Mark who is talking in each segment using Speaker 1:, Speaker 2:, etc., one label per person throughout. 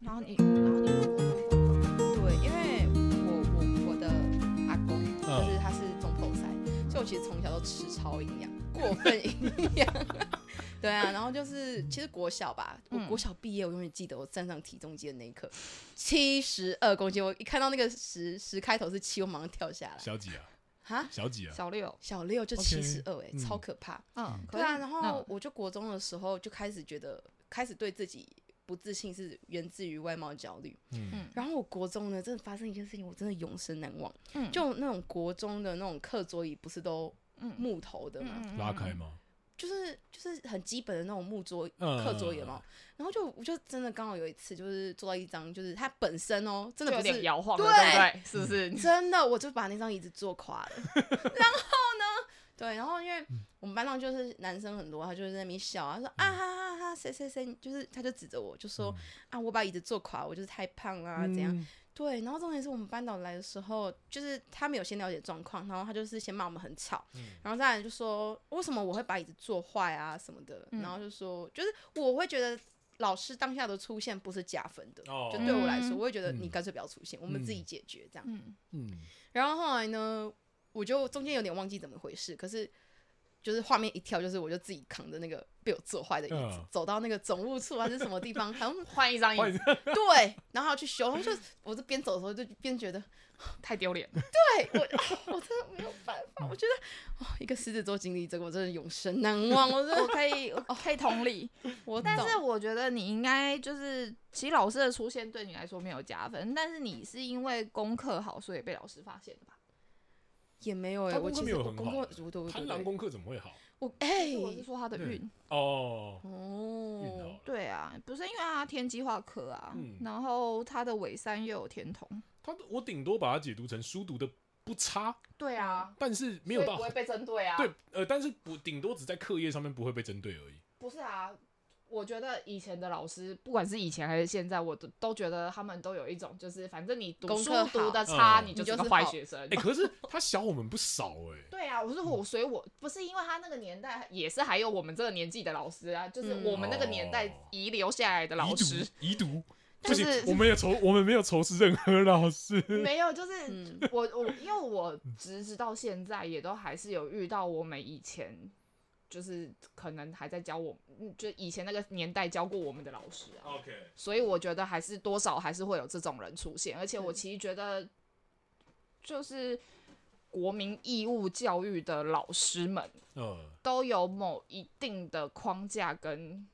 Speaker 1: 然后你，然后你问我，
Speaker 2: 对，因为我我我的阿公
Speaker 3: 嗯
Speaker 2: 就是他是中透塞，所以我其实从小都吃超营养，过分营养。 对啊，然后就是其实国小吧，我
Speaker 1: 嗯
Speaker 2: 国小毕业，我永远记得我站上体重机的那一刻，七十二公斤，我一看到那个十十开头是七，我马上跳下来。
Speaker 3: 小几啊，
Speaker 2: 哈，
Speaker 3: 小几啊，
Speaker 1: 小六，
Speaker 2: 小六就
Speaker 3: OK，
Speaker 2: 七十二，哎，
Speaker 3: 嗯
Speaker 2: 超可怕。
Speaker 1: 嗯，可
Speaker 2: 对啊，
Speaker 1: 是
Speaker 2: 然后我就国中的时候就开始觉得，开始对自己不自信是源自于外貌焦虑。
Speaker 3: 嗯
Speaker 2: 然后我国中呢，真的发生一件事情，我真的永生难忘。
Speaker 1: 嗯
Speaker 2: 就那种国中的那种课桌椅，不是都
Speaker 4: 嗯
Speaker 1: 嗯
Speaker 2: 木头的嘛，
Speaker 3: 拉开吗？
Speaker 2: 就是就是很基本的那种木桌
Speaker 3: 嗯
Speaker 2: 课桌椅嘛。然后就我就真的刚好有一次，就是坐到一张，就是它本身哦，真
Speaker 4: 就
Speaker 2: 的
Speaker 4: 有
Speaker 2: 不
Speaker 4: 点
Speaker 2: 是
Speaker 4: 摇晃了，
Speaker 2: 对
Speaker 4: 对不对？是不是？
Speaker 2: 真的，我就把那张椅子坐垮了。然 后呢，对，然后因为
Speaker 4: 嗯
Speaker 2: 我们班上就是男生很多，他就是在那边笑，他说啊哈哈哈，谁谁谁，就是他就指着我，就
Speaker 4: 嗯
Speaker 2: 说、啊，我把椅子坐垮，我就是太胖啦、怎样？
Speaker 3: 嗯
Speaker 2: 对，然后重点是我们班导来的时候，就是他没有先了解状况，然后他就是先骂我们很吵，
Speaker 3: 嗯
Speaker 2: 然后再来就说为什么我会把椅子坐坏啊什么的，然后就说就是我会觉得老师当下的出现不是加分的，
Speaker 3: 哦
Speaker 2: 就对我来说，
Speaker 1: 嗯
Speaker 2: 我会觉得
Speaker 3: 嗯
Speaker 2: 你干脆不要出现，我们自己
Speaker 3: 嗯
Speaker 2: 解决这样。
Speaker 1: 嗯
Speaker 3: 嗯，
Speaker 2: 然后后来呢，我就中间有点忘记怎么回事，可是就是画面一跳，就是我就自己扛着那个被我坐坏的椅子，
Speaker 3: 嗯
Speaker 2: 走到那个总务处还是什么地方，好像
Speaker 4: 换一张椅
Speaker 3: 换
Speaker 4: 子，
Speaker 2: 对，然后要去修，然后就我这边走的时候就边觉得，
Speaker 4: 太丢脸。
Speaker 2: 对我、啊我真的没有办法，我觉得、哦、一个狮子座经历这个我真的永生难忘，我真
Speaker 1: 我
Speaker 2: 的
Speaker 1: 可以，我可以同理，
Speaker 2: 我
Speaker 1: 但是
Speaker 2: 懂
Speaker 1: 我觉得你应该就是，其实老师的出现对你来说没有加分，但是你是因为功课好，所以被老师发现的吧？
Speaker 2: 也没有哎、
Speaker 3: 他
Speaker 2: 我
Speaker 3: 功课
Speaker 2: 其
Speaker 3: 没
Speaker 2: 实
Speaker 3: 有
Speaker 2: 我
Speaker 3: 很
Speaker 2: 功课
Speaker 3: 好，
Speaker 2: 我都
Speaker 3: 贪狼功课怎么会好？
Speaker 2: 我哎、
Speaker 1: 我是说他的运，
Speaker 3: 哦，运好
Speaker 2: 哦
Speaker 3: 了，
Speaker 1: 对啊，不是因为他天机化科啊，
Speaker 3: 嗯
Speaker 1: 然后他的尾三又有天同，
Speaker 3: 他我顶多把它解读成书读的不差，
Speaker 1: 对啊，
Speaker 3: 但是没有
Speaker 4: 所
Speaker 3: 到
Speaker 4: 以不会被针对啊。
Speaker 3: 对，呃，但是不顶多只在课业上面不会被针对而已。
Speaker 4: 不是啊，我觉得以前的老师，不管是以前还是现在，我都都觉得他们都有一种，就是反正你读
Speaker 2: 功
Speaker 4: 书
Speaker 2: 课
Speaker 4: 读的
Speaker 3: 好
Speaker 4: 差，
Speaker 3: 嗯
Speaker 4: 你
Speaker 2: 你
Speaker 4: 就是
Speaker 2: 就
Speaker 4: 个
Speaker 2: 是
Speaker 4: 坏
Speaker 2: 好
Speaker 4: 学生
Speaker 3: 哎、。可是他小我们不少哎、
Speaker 4: 对啊，我是
Speaker 2: 嗯
Speaker 4: 我，所以我不是因为他那个年代也是还有我们这个年纪的老师啊，就是
Speaker 2: 嗯
Speaker 4: 我们那个年代
Speaker 3: 哦
Speaker 4: 遗留下来的 老
Speaker 3: 遗
Speaker 4: 师
Speaker 3: 毒，，遗毒，
Speaker 1: 但
Speaker 3: 不
Speaker 1: 是
Speaker 3: 行，我们也仇， 我们没有仇视任何老师。
Speaker 4: 没有，就是
Speaker 2: 嗯
Speaker 4: 我我因为我直直到现在也都还是有遇到我们以前就是可能还在教我，嗯就以前那个年代教过我们的老师啊，
Speaker 3: OK，
Speaker 4: 所以我觉得还是多少还是会有这种人出现，而且我其实觉得就是国民义务教育的老师们
Speaker 3: 呃，
Speaker 4: 都有某一定的框架跟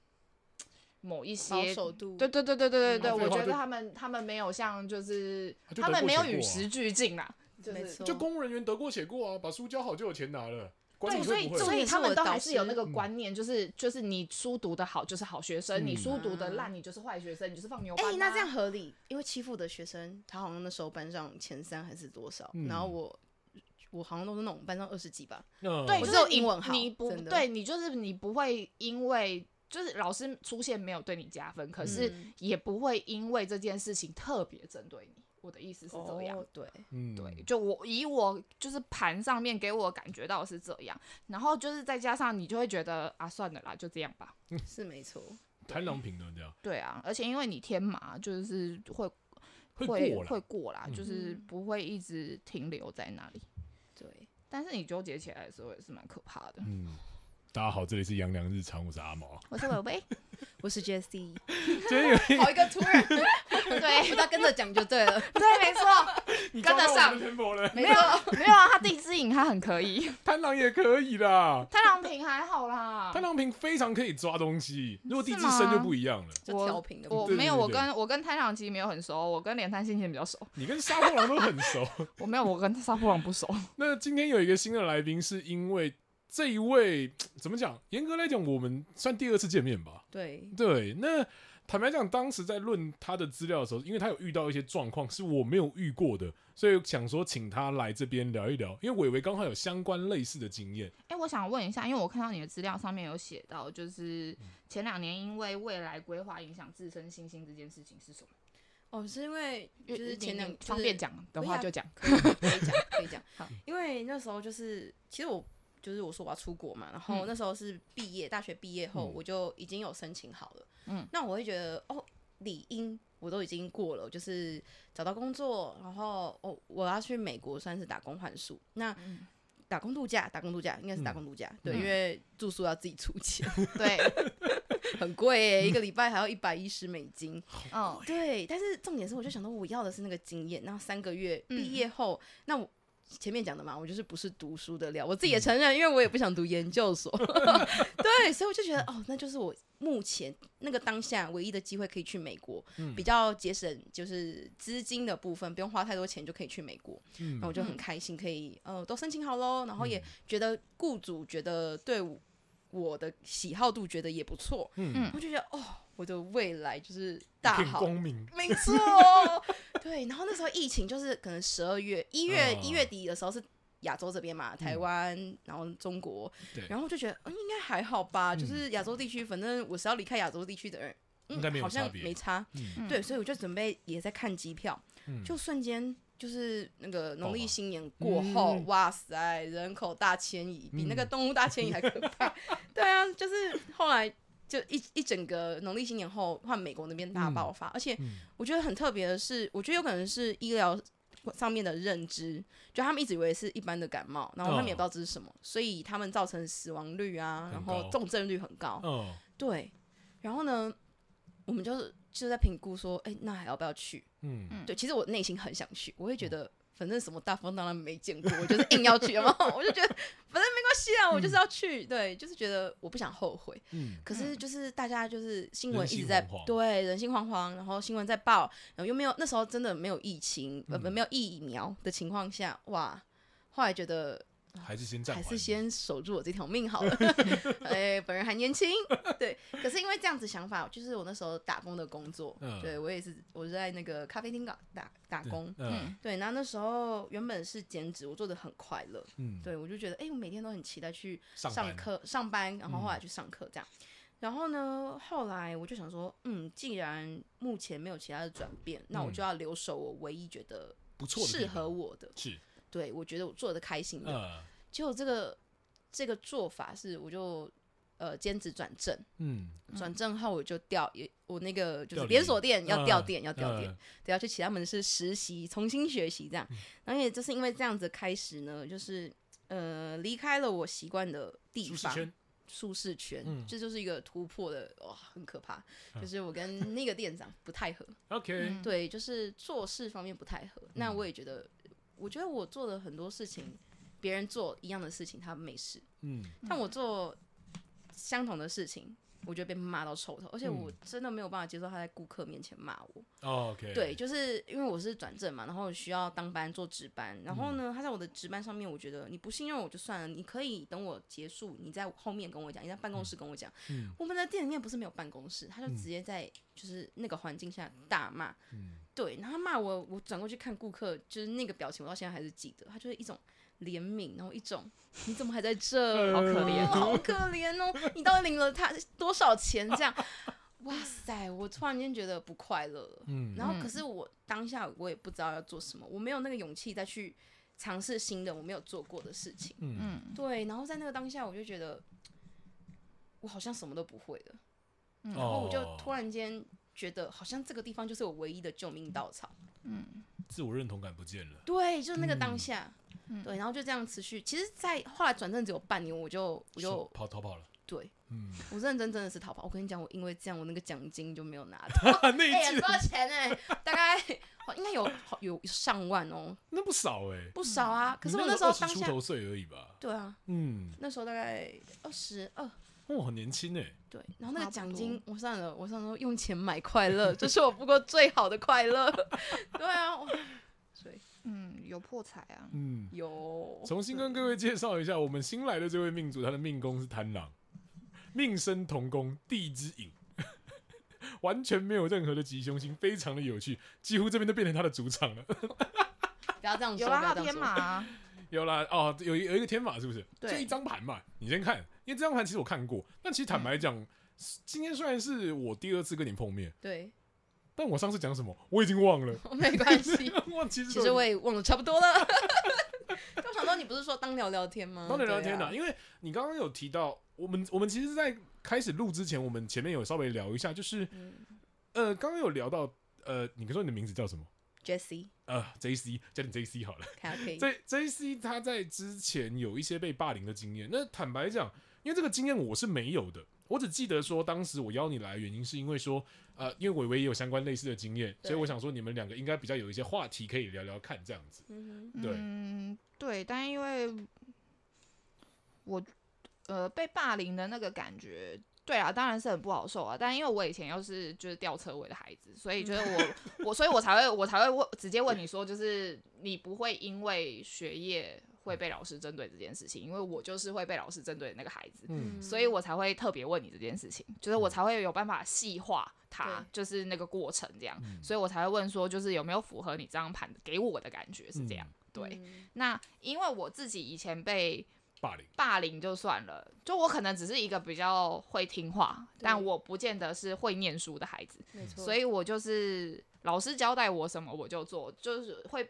Speaker 4: 某一
Speaker 2: 保
Speaker 4: 些
Speaker 2: 守度
Speaker 4: 对对对对对对对，
Speaker 3: 嗯
Speaker 4: 我
Speaker 3: 废话
Speaker 4: 觉得
Speaker 3: 就
Speaker 4: 他们他们没有像就是
Speaker 3: 他就
Speaker 4: 他
Speaker 3: 得
Speaker 4: 们
Speaker 3: 过
Speaker 4: 没有
Speaker 3: 且
Speaker 4: 与
Speaker 3: 过啊
Speaker 4: 时俱进啦，就是
Speaker 2: 没错，
Speaker 3: 就公务人员得过且过啊，把书教好就有钱拿了，管
Speaker 4: 对，
Speaker 3: 你
Speaker 4: 所
Speaker 3: 会嗯
Speaker 4: 以
Speaker 3: 不
Speaker 4: 所
Speaker 3: 会。
Speaker 4: 以
Speaker 2: 重点是
Speaker 4: 他
Speaker 2: 我
Speaker 4: 们
Speaker 2: 的
Speaker 4: 都
Speaker 2: 导
Speaker 4: 还是有
Speaker 2: 师
Speaker 4: 那个观念，就是就是你书读的好就是好学生，你
Speaker 3: 嗯
Speaker 4: 书读的
Speaker 2: 啊
Speaker 4: 烂你就是坏学生，你就是放牛
Speaker 2: 哎、
Speaker 4: 班啊。
Speaker 2: 那这样合理，因为欺负的学生，他好像那时候班上前三还是多少，然后
Speaker 3: 嗯
Speaker 2: 我我好像都是那种班上二十几吧，
Speaker 3: 呃
Speaker 4: 对，
Speaker 2: 哦我
Speaker 4: 就
Speaker 2: 只有
Speaker 4: 是你
Speaker 2: 英文好
Speaker 4: 你不
Speaker 2: 真的
Speaker 4: 对，你就是你不会因为就是老师出现没有对你加分，可是
Speaker 2: 嗯
Speaker 4: 也不会因为这件事情特别针对你。我的意思是这样。
Speaker 2: 哦对，
Speaker 3: 嗯，
Speaker 4: 对，就我以我就是盘上面给我感觉到是这样，然后就是再加上你就会觉得啊，算了啦，就这样吧。
Speaker 2: 是没错，
Speaker 3: 贪狼平等这样
Speaker 4: 对啊，而且因为你天麻就是会
Speaker 3: 会
Speaker 4: 会
Speaker 3: 过了。
Speaker 4: 过啦，就是
Speaker 1: 嗯
Speaker 4: 不会一直停留在那里。
Speaker 2: 对，
Speaker 4: 但是你纠结起来的时候也是蛮可怕的。
Speaker 3: 嗯，大家好，这里是杨良日常，我是阿毛。
Speaker 1: 我是伟伟，
Speaker 2: 我是 Jessie，
Speaker 3: 今天有
Speaker 2: 好一个突 然，
Speaker 4: 对
Speaker 2: 不要跟着讲就对了，
Speaker 4: 对，没错。
Speaker 3: 你
Speaker 4: 跟得上
Speaker 3: 抓到我们的 tempo 了，
Speaker 2: 没错，
Speaker 4: 没有啊，他第一支影他很可以，
Speaker 3: 贪狼也可以啦。
Speaker 4: 太郎平还好啦
Speaker 3: 贪。狼平非常可以抓东西，如果地质
Speaker 4: 是吗
Speaker 3: 深就不一样了。
Speaker 2: 就调频的部
Speaker 4: 我
Speaker 2: 分，
Speaker 3: 对对
Speaker 4: 没有，我
Speaker 3: 对
Speaker 4: 跟我跟太郎其实没有很熟，我跟连滩心情比较熟。
Speaker 3: 你跟杀破狼都很 熟。
Speaker 4: 我没有，我跟沙破狼不熟。
Speaker 3: 那今天有一个新的来宾，是因为这一位怎么讲？严格来讲，我们算第二次见面吧。
Speaker 2: 对，
Speaker 3: 对，那坦白讲，当时在论他的资料的时候，因为他有遇到一些状况是我没有遇过的，所以想说请他来这边聊一聊，因为伟伟刚好有相关类似的经验。
Speaker 4: 哎、我想问一下，因为我看到你的资料上面有写到，就是前两年因为未来规划影响自身信心这件事情是什么？
Speaker 2: 哦，是因为就是前两
Speaker 4: 你方便。讲的
Speaker 2: 可以
Speaker 4: 话
Speaker 2: 啊
Speaker 4: 就讲。
Speaker 2: 就是可以可以讲，可以讲
Speaker 4: 好。
Speaker 2: 因为那时候就是，其实我就是我说我要出国嘛，然后
Speaker 4: 嗯
Speaker 2: 那时候是毕业，大学毕业后、
Speaker 3: 嗯
Speaker 2: 我就已经有申请好了。
Speaker 4: 嗯，
Speaker 2: 那我会觉得哦，理应我都已经过了，就是找到工作，然后我、我要去美国算是打工换宿，那
Speaker 4: 嗯
Speaker 2: 打工度假，打工度假应该是打工度假，对，
Speaker 3: 嗯
Speaker 2: 因为住宿要自己出钱，
Speaker 5: 对，
Speaker 2: 很贵
Speaker 4: 嗯
Speaker 2: 耶，一个礼拜还要一百一十美金，
Speaker 5: 嗯，
Speaker 2: 对，但是重点是，我就想到我要的是那个经验，然后三个月
Speaker 4: 嗯
Speaker 2: 毕业后，那我前面讲的嘛，我就是不是读书的料，我自己也承认，因为我也不想读研究所， 对，所以我就觉得哦，那就是我目前那个当下唯一的机会可以去美国，
Speaker 3: 嗯
Speaker 2: 比较节省就是资金的部分，不用花太多钱就可以去美国，
Speaker 3: 嗯
Speaker 2: 然后我就很开心，可以呃都申请好喽，然后也觉得雇主觉得对我我的喜好度觉得也不错，
Speaker 3: 嗯，
Speaker 2: 我就觉得哦，我的未来就是
Speaker 3: 一
Speaker 2: 大
Speaker 3: 片
Speaker 2: 好。
Speaker 3: 光明，
Speaker 2: 没错，哦 对。然后那时候疫情就是可能十二月、一月、
Speaker 3: 哦嗯
Speaker 2: 一、月底的时候是亚洲这边嘛，台湾，然后中国
Speaker 3: 对，
Speaker 2: 然后我就觉得、嗯、应该还好吧，
Speaker 3: 嗯
Speaker 2: 就是亚洲地区，反正我是要离开亚洲地区的人，嗯
Speaker 3: 应该没，有
Speaker 2: 好像
Speaker 3: 差别
Speaker 2: 没差。
Speaker 3: 嗯
Speaker 2: 对，所以我就准备也在看机票，
Speaker 3: 嗯
Speaker 2: 就瞬间。就是那个农
Speaker 3: 爆
Speaker 2: 历
Speaker 3: 发
Speaker 2: 新年过后，
Speaker 3: 嗯
Speaker 2: 哇塞，人口大迁移，比那个
Speaker 3: 嗯
Speaker 2: 动物大迁移还可 怕。对啊，就是后来就一一整个农历新年后，换美国那边大
Speaker 3: 嗯
Speaker 2: 爆发，而且
Speaker 3: 嗯
Speaker 2: 我觉得很特别的是，我觉得有可能是医疗上面的认知，就他们一直以为是一般的感冒，然后他们也不知道这是什么，所以他们造成死亡率啊，然
Speaker 3: 嗯很高
Speaker 2: 后重症率很高。
Speaker 3: 哦，
Speaker 2: 对，然后呢，我们就是就在评估说，哎、那还要不要去？
Speaker 3: 嗯
Speaker 5: 嗯
Speaker 2: 对，其实我内心很想去，我会觉得。反正什么大风大浪没见过，我就是硬要去，然后我就觉得反正没关系啊，我就是要去，对，就是觉得我不想后悔。
Speaker 3: 嗯，
Speaker 2: 可是就是大家就是新闻
Speaker 3: 人
Speaker 2: 一
Speaker 3: 心
Speaker 2: 直在
Speaker 3: 惶惶
Speaker 2: 对人心惶惶，然后新闻在报，然后又没有那时候真的没有疫情，呃不
Speaker 3: 嗯
Speaker 2: 没有疫苗的情况下，哇，后来觉得
Speaker 3: 还是先暂
Speaker 2: 还
Speaker 3: 缓，
Speaker 2: 是先守住我这条命好 了，哎，本人还年轻，对。可是因为这样子想法，就是我那时候打工的工作，
Speaker 3: 嗯
Speaker 2: 对我也是，我是在那个咖啡厅打打打
Speaker 3: 对
Speaker 2: 工，
Speaker 3: 嗯
Speaker 2: 对。然后那时候原本是兼职，我做的很快乐，
Speaker 3: 嗯，
Speaker 2: 对我就觉得，哎，我每天都很期待去
Speaker 3: 上
Speaker 2: 上
Speaker 3: 班，
Speaker 2: 课上班，然后后
Speaker 3: 嗯
Speaker 2: 来去上课这样。然后呢，后来我就想说，嗯，既然目前没有其他的转变，那我
Speaker 3: 嗯
Speaker 2: 就要留守我唯一觉得
Speaker 3: 不错的地
Speaker 2: 适合
Speaker 3: 方
Speaker 2: 我的，
Speaker 3: 是
Speaker 2: 对我觉得我做的开心的。
Speaker 3: 呃
Speaker 2: 结果这个这个做法是，我就呃兼职转正，
Speaker 3: 嗯，
Speaker 2: 转正后我就调也我那个就
Speaker 3: 调
Speaker 2: 是
Speaker 3: 离
Speaker 2: 连锁店要调
Speaker 3: 呃
Speaker 2: 店要调店
Speaker 3: 呃，
Speaker 2: 对，要去其他门市实习，重新学习这样。
Speaker 3: 嗯
Speaker 2: 然后也就是因为这样子开始呢，就是呃离开了我习惯的地
Speaker 3: 舒适
Speaker 2: 方。
Speaker 3: 圈，
Speaker 2: 舒适圈，
Speaker 3: 嗯
Speaker 2: 这就是一个突破的，哇、很可怕。
Speaker 3: 嗯
Speaker 2: 就是我跟那个店长不太合，
Speaker 3: OK，
Speaker 2: 对，就是做事方面不太合。那
Speaker 3: 嗯
Speaker 2: 我也觉得，我觉得我做的很多事情，别人做一样的事情他没事，
Speaker 3: 嗯
Speaker 2: 但我做相同的事情。我就被骂到臭头，而且我
Speaker 3: 嗯
Speaker 2: 真的没有办法接受他在顾客面前骂我。
Speaker 3: ，OK，
Speaker 2: 对，，就是因为我是转正嘛，然后需要当班做值班，然后呢，他在我的值班上面，我觉得你不信任我就算了，你可以等我结束，你在后面跟我讲，你在办公室跟我讲。
Speaker 3: 嗯
Speaker 2: 我们的店里面不是没有办公室，他就
Speaker 3: 嗯
Speaker 2: 直接在就是那个环境下大骂，
Speaker 3: 嗯
Speaker 2: 对，然后他骂我，我转过去看顾客，就是那个表情，我到现在还是记得，他就是一种怜悯，然后一种你怎么还在这，
Speaker 5: 好可怜
Speaker 2: 哦好可怜哦，你到底领了他多少钱？这样，哇塞，我突然间觉得不快乐了。
Speaker 3: 嗯，
Speaker 2: 然后可是我当下我也不知道要做什么，我没有那个勇气再去尝试新的我没有做过的事情。
Speaker 3: 嗯
Speaker 2: 对，然后在那个当下，我就觉得我好像什么都不会了，嗯
Speaker 3: 然
Speaker 2: 然后我
Speaker 3: 哦
Speaker 2: 就突然间觉得好像这个地方就是我唯一的救命稻草。
Speaker 3: 自我认同感不见了，
Speaker 2: 对，就是那个当下，
Speaker 3: 嗯
Speaker 2: 对，然后就这样持续。其实，在后来转正只有半年，我就我
Speaker 3: 就
Speaker 2: 就
Speaker 3: 跑逃跑了，
Speaker 2: 对
Speaker 3: 嗯，
Speaker 2: 我认真真的是逃跑。我跟你讲，我因为这样，我那个奖金就没有拿到，
Speaker 3: 啊， 那
Speaker 2: 哎、
Speaker 3: 一
Speaker 2: 很
Speaker 3: 季
Speaker 2: 多钱哎、大概好应该有好有上万哦，
Speaker 3: 那不少哎，
Speaker 2: 不少啊。可是
Speaker 3: 你
Speaker 2: 我
Speaker 3: 那
Speaker 2: 时候
Speaker 3: 二十
Speaker 2: 当
Speaker 3: 出
Speaker 2: 下，
Speaker 3: 头岁而已吧，
Speaker 2: 对啊，
Speaker 3: 嗯，
Speaker 2: 那时候大概二十二。
Speaker 3: 哦，很年轻哎，
Speaker 2: 对，然后那个
Speaker 4: 差不
Speaker 2: 奖
Speaker 4: 多
Speaker 2: 金，我算了，我算了，用钱买快乐，这是我不过最好的快乐。 对啊，我所以
Speaker 4: 嗯，有破财啊，
Speaker 3: 嗯。
Speaker 2: 有
Speaker 3: 重新跟各位介绍一下，我们新来的这位命主，他的命宫是贪狼，命生同宫，地之影， 完全没有任何的吉凶星，非常的有趣，几乎这边都变成他的主场了。
Speaker 2: 不要这样说，
Speaker 4: 有
Speaker 2: 不
Speaker 4: 啦，
Speaker 2: 要
Speaker 4: 他
Speaker 2: 这样
Speaker 4: 天
Speaker 2: 说
Speaker 4: 马啊，
Speaker 3: 有啦，哦，有一有一个天马是不是？
Speaker 4: 对
Speaker 3: 就一张盘嘛，你先看，因为这张盘其实我看过，但其实坦白讲，今天虽然是我第二次跟你碰面，
Speaker 2: 对，
Speaker 3: 但我上次讲什么我已经忘了，
Speaker 2: 没关系。
Speaker 3: 忘记是
Speaker 2: 其实我也忘了差不多了。 我想说，你不是说当聊聊天吗？
Speaker 3: 当然聊天
Speaker 2: 对
Speaker 3: 啦、
Speaker 2: 啊
Speaker 3: 因为你刚刚有提到，我们我们其
Speaker 2: 嗯
Speaker 3: 实，在开始录之前，我们前面有稍微聊一下，就是、呃，刚刚有聊到呃，你说你的名字叫什么？
Speaker 2: Jesse，
Speaker 3: 呃，J C，叫你 J C 好了。
Speaker 2: 还可以。
Speaker 3: J J C 他在之前有一些被霸凌的经验。那坦白讲，因为这个经验我是没有的，我只记得说当时我邀你来，原因是因为说，呃，因为伟伟也有相关类似的经验，
Speaker 2: 对
Speaker 3: 所以我想说你们两个应该比较有一些话题可以聊聊看，这样子。
Speaker 2: 嗯
Speaker 3: 对
Speaker 4: 嗯，对，但因为我呃被霸凌的那个感觉，对啊，当然是很不好受啊。但因为我以前又是就是吊车尾的孩子，所以就是
Speaker 3: 嗯
Speaker 4: 我我，所以我才会我才会问直接问你说，就是你不会因为学业会被老师针对这件事情，因为我就是会被老师针对的那个孩子。
Speaker 3: 嗯
Speaker 2: 哼，
Speaker 4: 所以我才会特别问你这件事情，就是我才会有办法细化它
Speaker 2: 对，
Speaker 4: 就是那个过程这样，
Speaker 3: 嗯
Speaker 4: 所以我才会问说，就是有没有符合你这张盘给我的感觉是这样，对。
Speaker 2: 嗯
Speaker 4: 那因为我自己以前被
Speaker 3: 霸凌。
Speaker 4: 霸凌就算了，就我可能只是一个比较会听话，
Speaker 2: 对
Speaker 4: 但我不见得是会念书的孩子，
Speaker 2: 没错。
Speaker 4: 所以我就是老师交代我什么我就做，就是会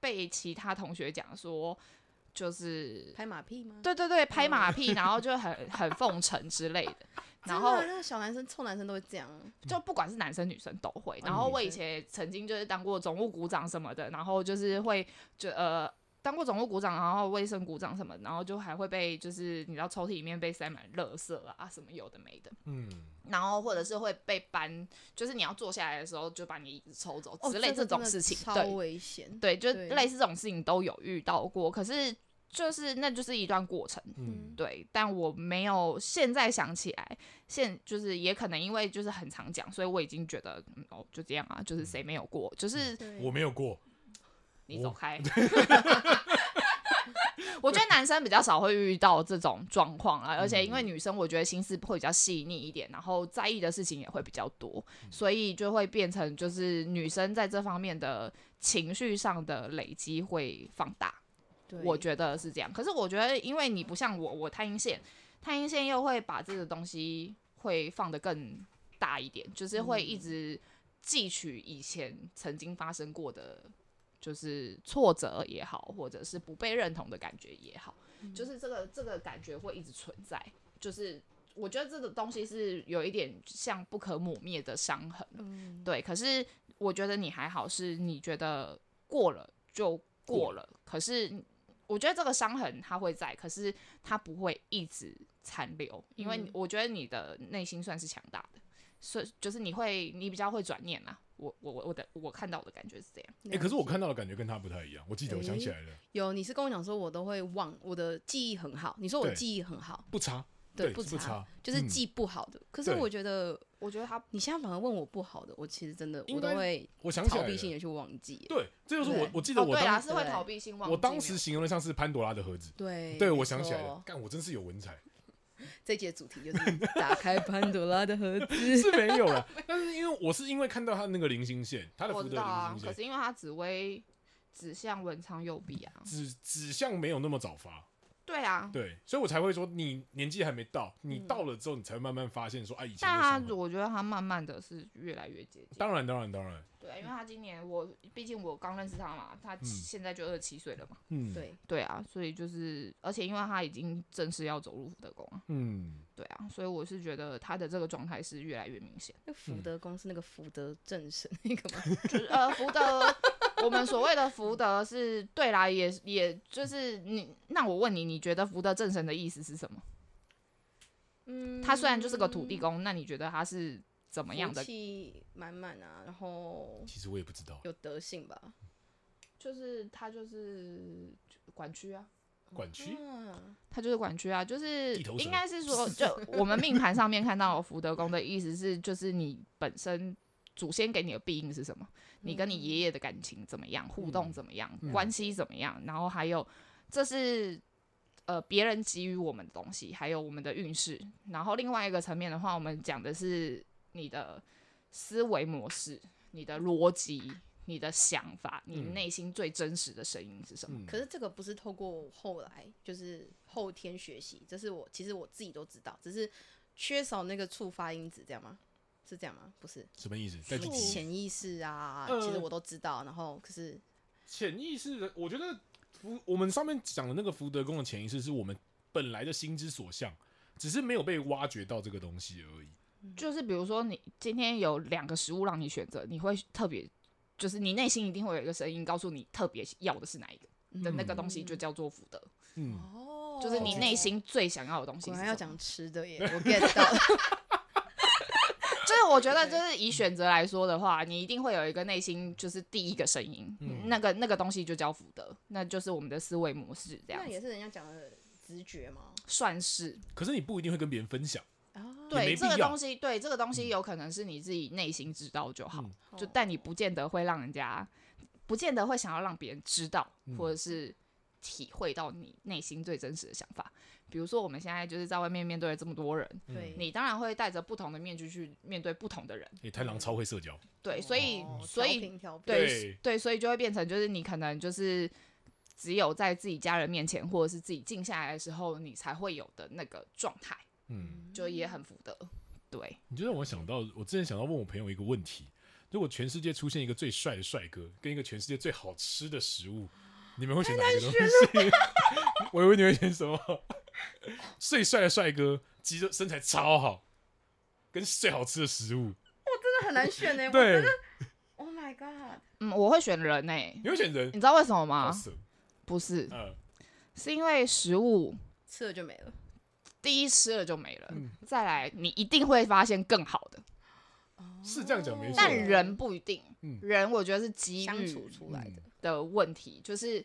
Speaker 4: 被其他同学讲说，就是
Speaker 2: 拍马嗯屁吗？
Speaker 4: 对对对，拍马屁，然后就很很奉承之类 的，然
Speaker 2: 真的，
Speaker 4: 后
Speaker 2: 那个小男生、臭男生都会这样。
Speaker 4: 就不管是男生女生都会。然
Speaker 3: 嗯
Speaker 4: 后
Speaker 2: 哦女
Speaker 4: 我以
Speaker 2: 生
Speaker 4: 前也曾经就是当过总务股长什么的，然后就是会就呃当过总务股长，然后卫生股长什么，然后就还会被就是你知道抽屉里面被塞满垃圾啊什么有的没的，
Speaker 3: 嗯，
Speaker 4: 然后或者是会被搬，就是你要坐下来的时候就把你椅子抽走
Speaker 2: 哦，
Speaker 4: 之类
Speaker 2: 这个
Speaker 4: 种
Speaker 2: 真的
Speaker 4: 事情，
Speaker 2: 超
Speaker 4: 对
Speaker 2: 危险。
Speaker 4: 对，就
Speaker 2: 对
Speaker 4: 类似这种事情都有遇到过，可是就是那就是一段过程。
Speaker 3: 嗯，
Speaker 4: 对，但我没有现在想起来，现就是也可能因为就是很常讲，所以我已经觉得嗯哦就这样啊，就是谁没有过，就是
Speaker 2: 对，
Speaker 3: 我没有过，
Speaker 4: 你走
Speaker 3: 我
Speaker 4: 开。我觉得男生比较少会遇到这种状况啊，而且因为女生，我觉得心思会比较细腻一点，然后在意的事情也会比较多，所以就会变成就是女生在这方面的情绪上的累积会放大。
Speaker 2: 对
Speaker 4: 我觉得是这样。可是我觉得，因为你不像我，我太阴线，太阴线又会把这个东西会放得更大一点，就是会一直汲取以前曾经发生过的，就是挫折也好，或者是不被认同的感觉也好，就是这个这个感觉会一直存在，就是。我觉得这个东西是有一点像不可磨灭的伤痕，
Speaker 2: 嗯
Speaker 4: 对，可是我觉得你还好，是你觉得过了就过了。可是我觉得这个伤痕它会在，可是它不会一直残留，因为
Speaker 2: 嗯
Speaker 4: 我觉得你的内心算是强大的，所以就是你会，你比较会转念啦。我我我我的我看到我的感觉是这样，
Speaker 3: 哎、可是我看到的感觉跟他不太一样。我记得，我想起来了，
Speaker 2: 有，你是跟我讲说，我都会忘，我的记忆很好。你说我
Speaker 3: 对
Speaker 2: 记忆很好，
Speaker 3: 不差，
Speaker 2: 对，
Speaker 3: 是不
Speaker 2: 差
Speaker 3: 差，，
Speaker 2: 就是
Speaker 3: 嗯
Speaker 2: 记不好的。可是
Speaker 3: 对
Speaker 2: 我觉得
Speaker 4: 我觉得他
Speaker 2: 你现在反而问我不好的，我其实真的
Speaker 3: 应
Speaker 2: 我都
Speaker 3: 该
Speaker 2: 会
Speaker 3: 我想起
Speaker 2: 逃
Speaker 3: 来了
Speaker 2: 避，性的去忘记。
Speaker 3: 对，这就是我
Speaker 2: 对
Speaker 3: 我记得
Speaker 4: 哦
Speaker 3: 我
Speaker 4: 对
Speaker 3: 当、
Speaker 4: 啦，是会
Speaker 2: 对
Speaker 4: 逃避性忘记。
Speaker 3: 我当
Speaker 4: 没
Speaker 3: 时
Speaker 4: 有
Speaker 3: 形容的像是潘多拉的盒子。
Speaker 2: 对
Speaker 3: 对，
Speaker 2: 没
Speaker 3: 我想起来了
Speaker 2: 错，
Speaker 3: 干，我真是有文采，
Speaker 2: 这节主题就是 打开潘多拉的盒子。
Speaker 3: 是没有了。但是因为我是因为看到他那个零星线，他的
Speaker 4: 我
Speaker 3: 福
Speaker 4: 知
Speaker 3: 德
Speaker 4: 道啊
Speaker 3: 零，星
Speaker 4: 可
Speaker 3: 线
Speaker 4: 是因为他紫薇指向文昌右臂啊，
Speaker 3: 指指向没有那么早发，
Speaker 4: 对啊，
Speaker 3: 对，所以我才会说你年纪还没到，你
Speaker 4: 嗯
Speaker 3: 到了之后你才会慢慢发现说，哎、以前的
Speaker 4: 但
Speaker 3: 伤
Speaker 4: 他
Speaker 3: 痕
Speaker 4: 我觉得他慢慢的是越来越接近。
Speaker 3: 当然当然当然，
Speaker 4: 对啊，因为他今年我毕竟我刚认识他嘛，他现在就二十七岁了嘛。
Speaker 3: 嗯，，
Speaker 2: 对，
Speaker 4: 对啊，所以就是，而且因为他已经正式要走入福德宫啊，
Speaker 3: 嗯，
Speaker 4: 对啊，所以我是觉得他的这个状态是越来越明显。
Speaker 2: 那
Speaker 3: 嗯
Speaker 2: 福德宫是那个福德正神那个吗？
Speaker 4: 就是呃，福德，我们所谓的福德是对啦，也也就是你，那我问你，你觉得福德正神的意思是什么？
Speaker 2: 嗯，
Speaker 4: 他虽然就是个土地公，那你觉得他是怎么样
Speaker 2: 福
Speaker 4: 的？
Speaker 2: 气满满啊，然后
Speaker 3: 其实我也不知道，
Speaker 2: 有德性吧？
Speaker 4: 就是他就是管区啊。
Speaker 3: 管区
Speaker 2: 嗯，
Speaker 4: 它就是管区啊，就是
Speaker 3: 地头蛇
Speaker 4: 应该是说， 就我们命盘上面看到福德宫的意思是，就是你本身祖先给你的庇应是什么，你跟你爷爷的感情怎么样，互动怎么样，
Speaker 3: 嗯
Speaker 4: 关系怎么样，然后还有这是呃别人给予我们的东西，还有我们的运势。然后另外一个层面的话，我们讲的是你的思维模式、你的逻辑、你的想法、你
Speaker 3: 嗯
Speaker 4: 内心最真实的声音是什么。
Speaker 3: 嗯
Speaker 2: 可是这个不是透过后来，就是后天学习，这是我其实我自己都知道，只是缺少那个触发因子，这样吗？是这样吗？不哎是，
Speaker 3: 什么意思？在第
Speaker 4: 触
Speaker 3: 几
Speaker 2: 潜意识啊，
Speaker 3: 呃
Speaker 2: 其实我都知道，然后可是
Speaker 3: 潜意识的，我觉得福我们上面讲的那个福德宫的潜意识，是我们本来的心之所向，只是没有被挖掘到这个东西而已。
Speaker 4: 就是比如说你今天有两个食物让你选择，你会特别，就是你内心一定会有一个声音告诉你特别要的是哪一个的那个东西，就叫做福德，
Speaker 3: 嗯，
Speaker 2: 哦
Speaker 4: 就是你内心最想要的东西
Speaker 2: 果
Speaker 4: 是什
Speaker 2: 然
Speaker 4: 么。
Speaker 2: 要讲吃的 耶，我 get 到了。
Speaker 4: 就是我觉得，就是以选择来说的话，你一定会有一个内心就是第一个声音，
Speaker 3: 嗯
Speaker 4: 那个那个东西就叫福德，那就是我们的思维模式这样
Speaker 2: 那也
Speaker 4: 子，
Speaker 2: 是人家讲的直觉吗？
Speaker 4: 算是
Speaker 3: 可是你不一定会跟别人分享，
Speaker 2: 啊，
Speaker 3: 也没
Speaker 4: 哦对
Speaker 3: 必
Speaker 4: 这个
Speaker 3: 要
Speaker 4: 东西，对这个东西有可能是你自己内心知道就好，
Speaker 3: 嗯
Speaker 4: 就但你不见得会让人家，不见得会想要让别人知道，
Speaker 3: 嗯
Speaker 4: 或者是体会到你内心最真实的想法。比如说我们现在就是在外面面对了这么多人，
Speaker 2: 对
Speaker 4: 你当然会带着不同的面具去面对不同的人，
Speaker 3: 诶，贪狼哎超会社交，
Speaker 4: 对，所以、
Speaker 2: 哦
Speaker 4: 所
Speaker 2: 调
Speaker 4: 以
Speaker 2: 频调频
Speaker 3: 对
Speaker 4: 对对，所以就会变成就是你可能就是只有在自己家人面前，或者是自己静下来的时候，你才会有的那个状态，
Speaker 3: 嗯，
Speaker 4: 就也很福德。对，
Speaker 3: 你就让我想到，我之前想到问我朋友一个问题：如果全世界出现一个最帅的帅哥，跟一个全世界最好吃的食物，你们会选哪一个 东西？ 我以为你会选什么？最帅的帅哥，肌肉身材超好，跟最好吃的食物，
Speaker 2: 真的很难选呢。我
Speaker 3: 对
Speaker 2: 真的，，Oh my god，
Speaker 4: 嗯，我会选人呢、
Speaker 3: 你会选人
Speaker 2: 嗯
Speaker 4: 你知道为什么
Speaker 3: 好
Speaker 4: 吗？
Speaker 3: 色，
Speaker 4: 不是，
Speaker 3: 嗯，
Speaker 4: 是因为食物
Speaker 2: 吃了就没了。
Speaker 4: 第一吃了就没了，
Speaker 3: 嗯
Speaker 4: 再来你一定会发现更好的，
Speaker 2: 哦
Speaker 3: 是这样讲没错
Speaker 4: 但人不一定。
Speaker 3: 嗯
Speaker 4: 人我觉得是机
Speaker 2: 相
Speaker 4: 遇
Speaker 2: 处出来的，
Speaker 4: 的问题，就是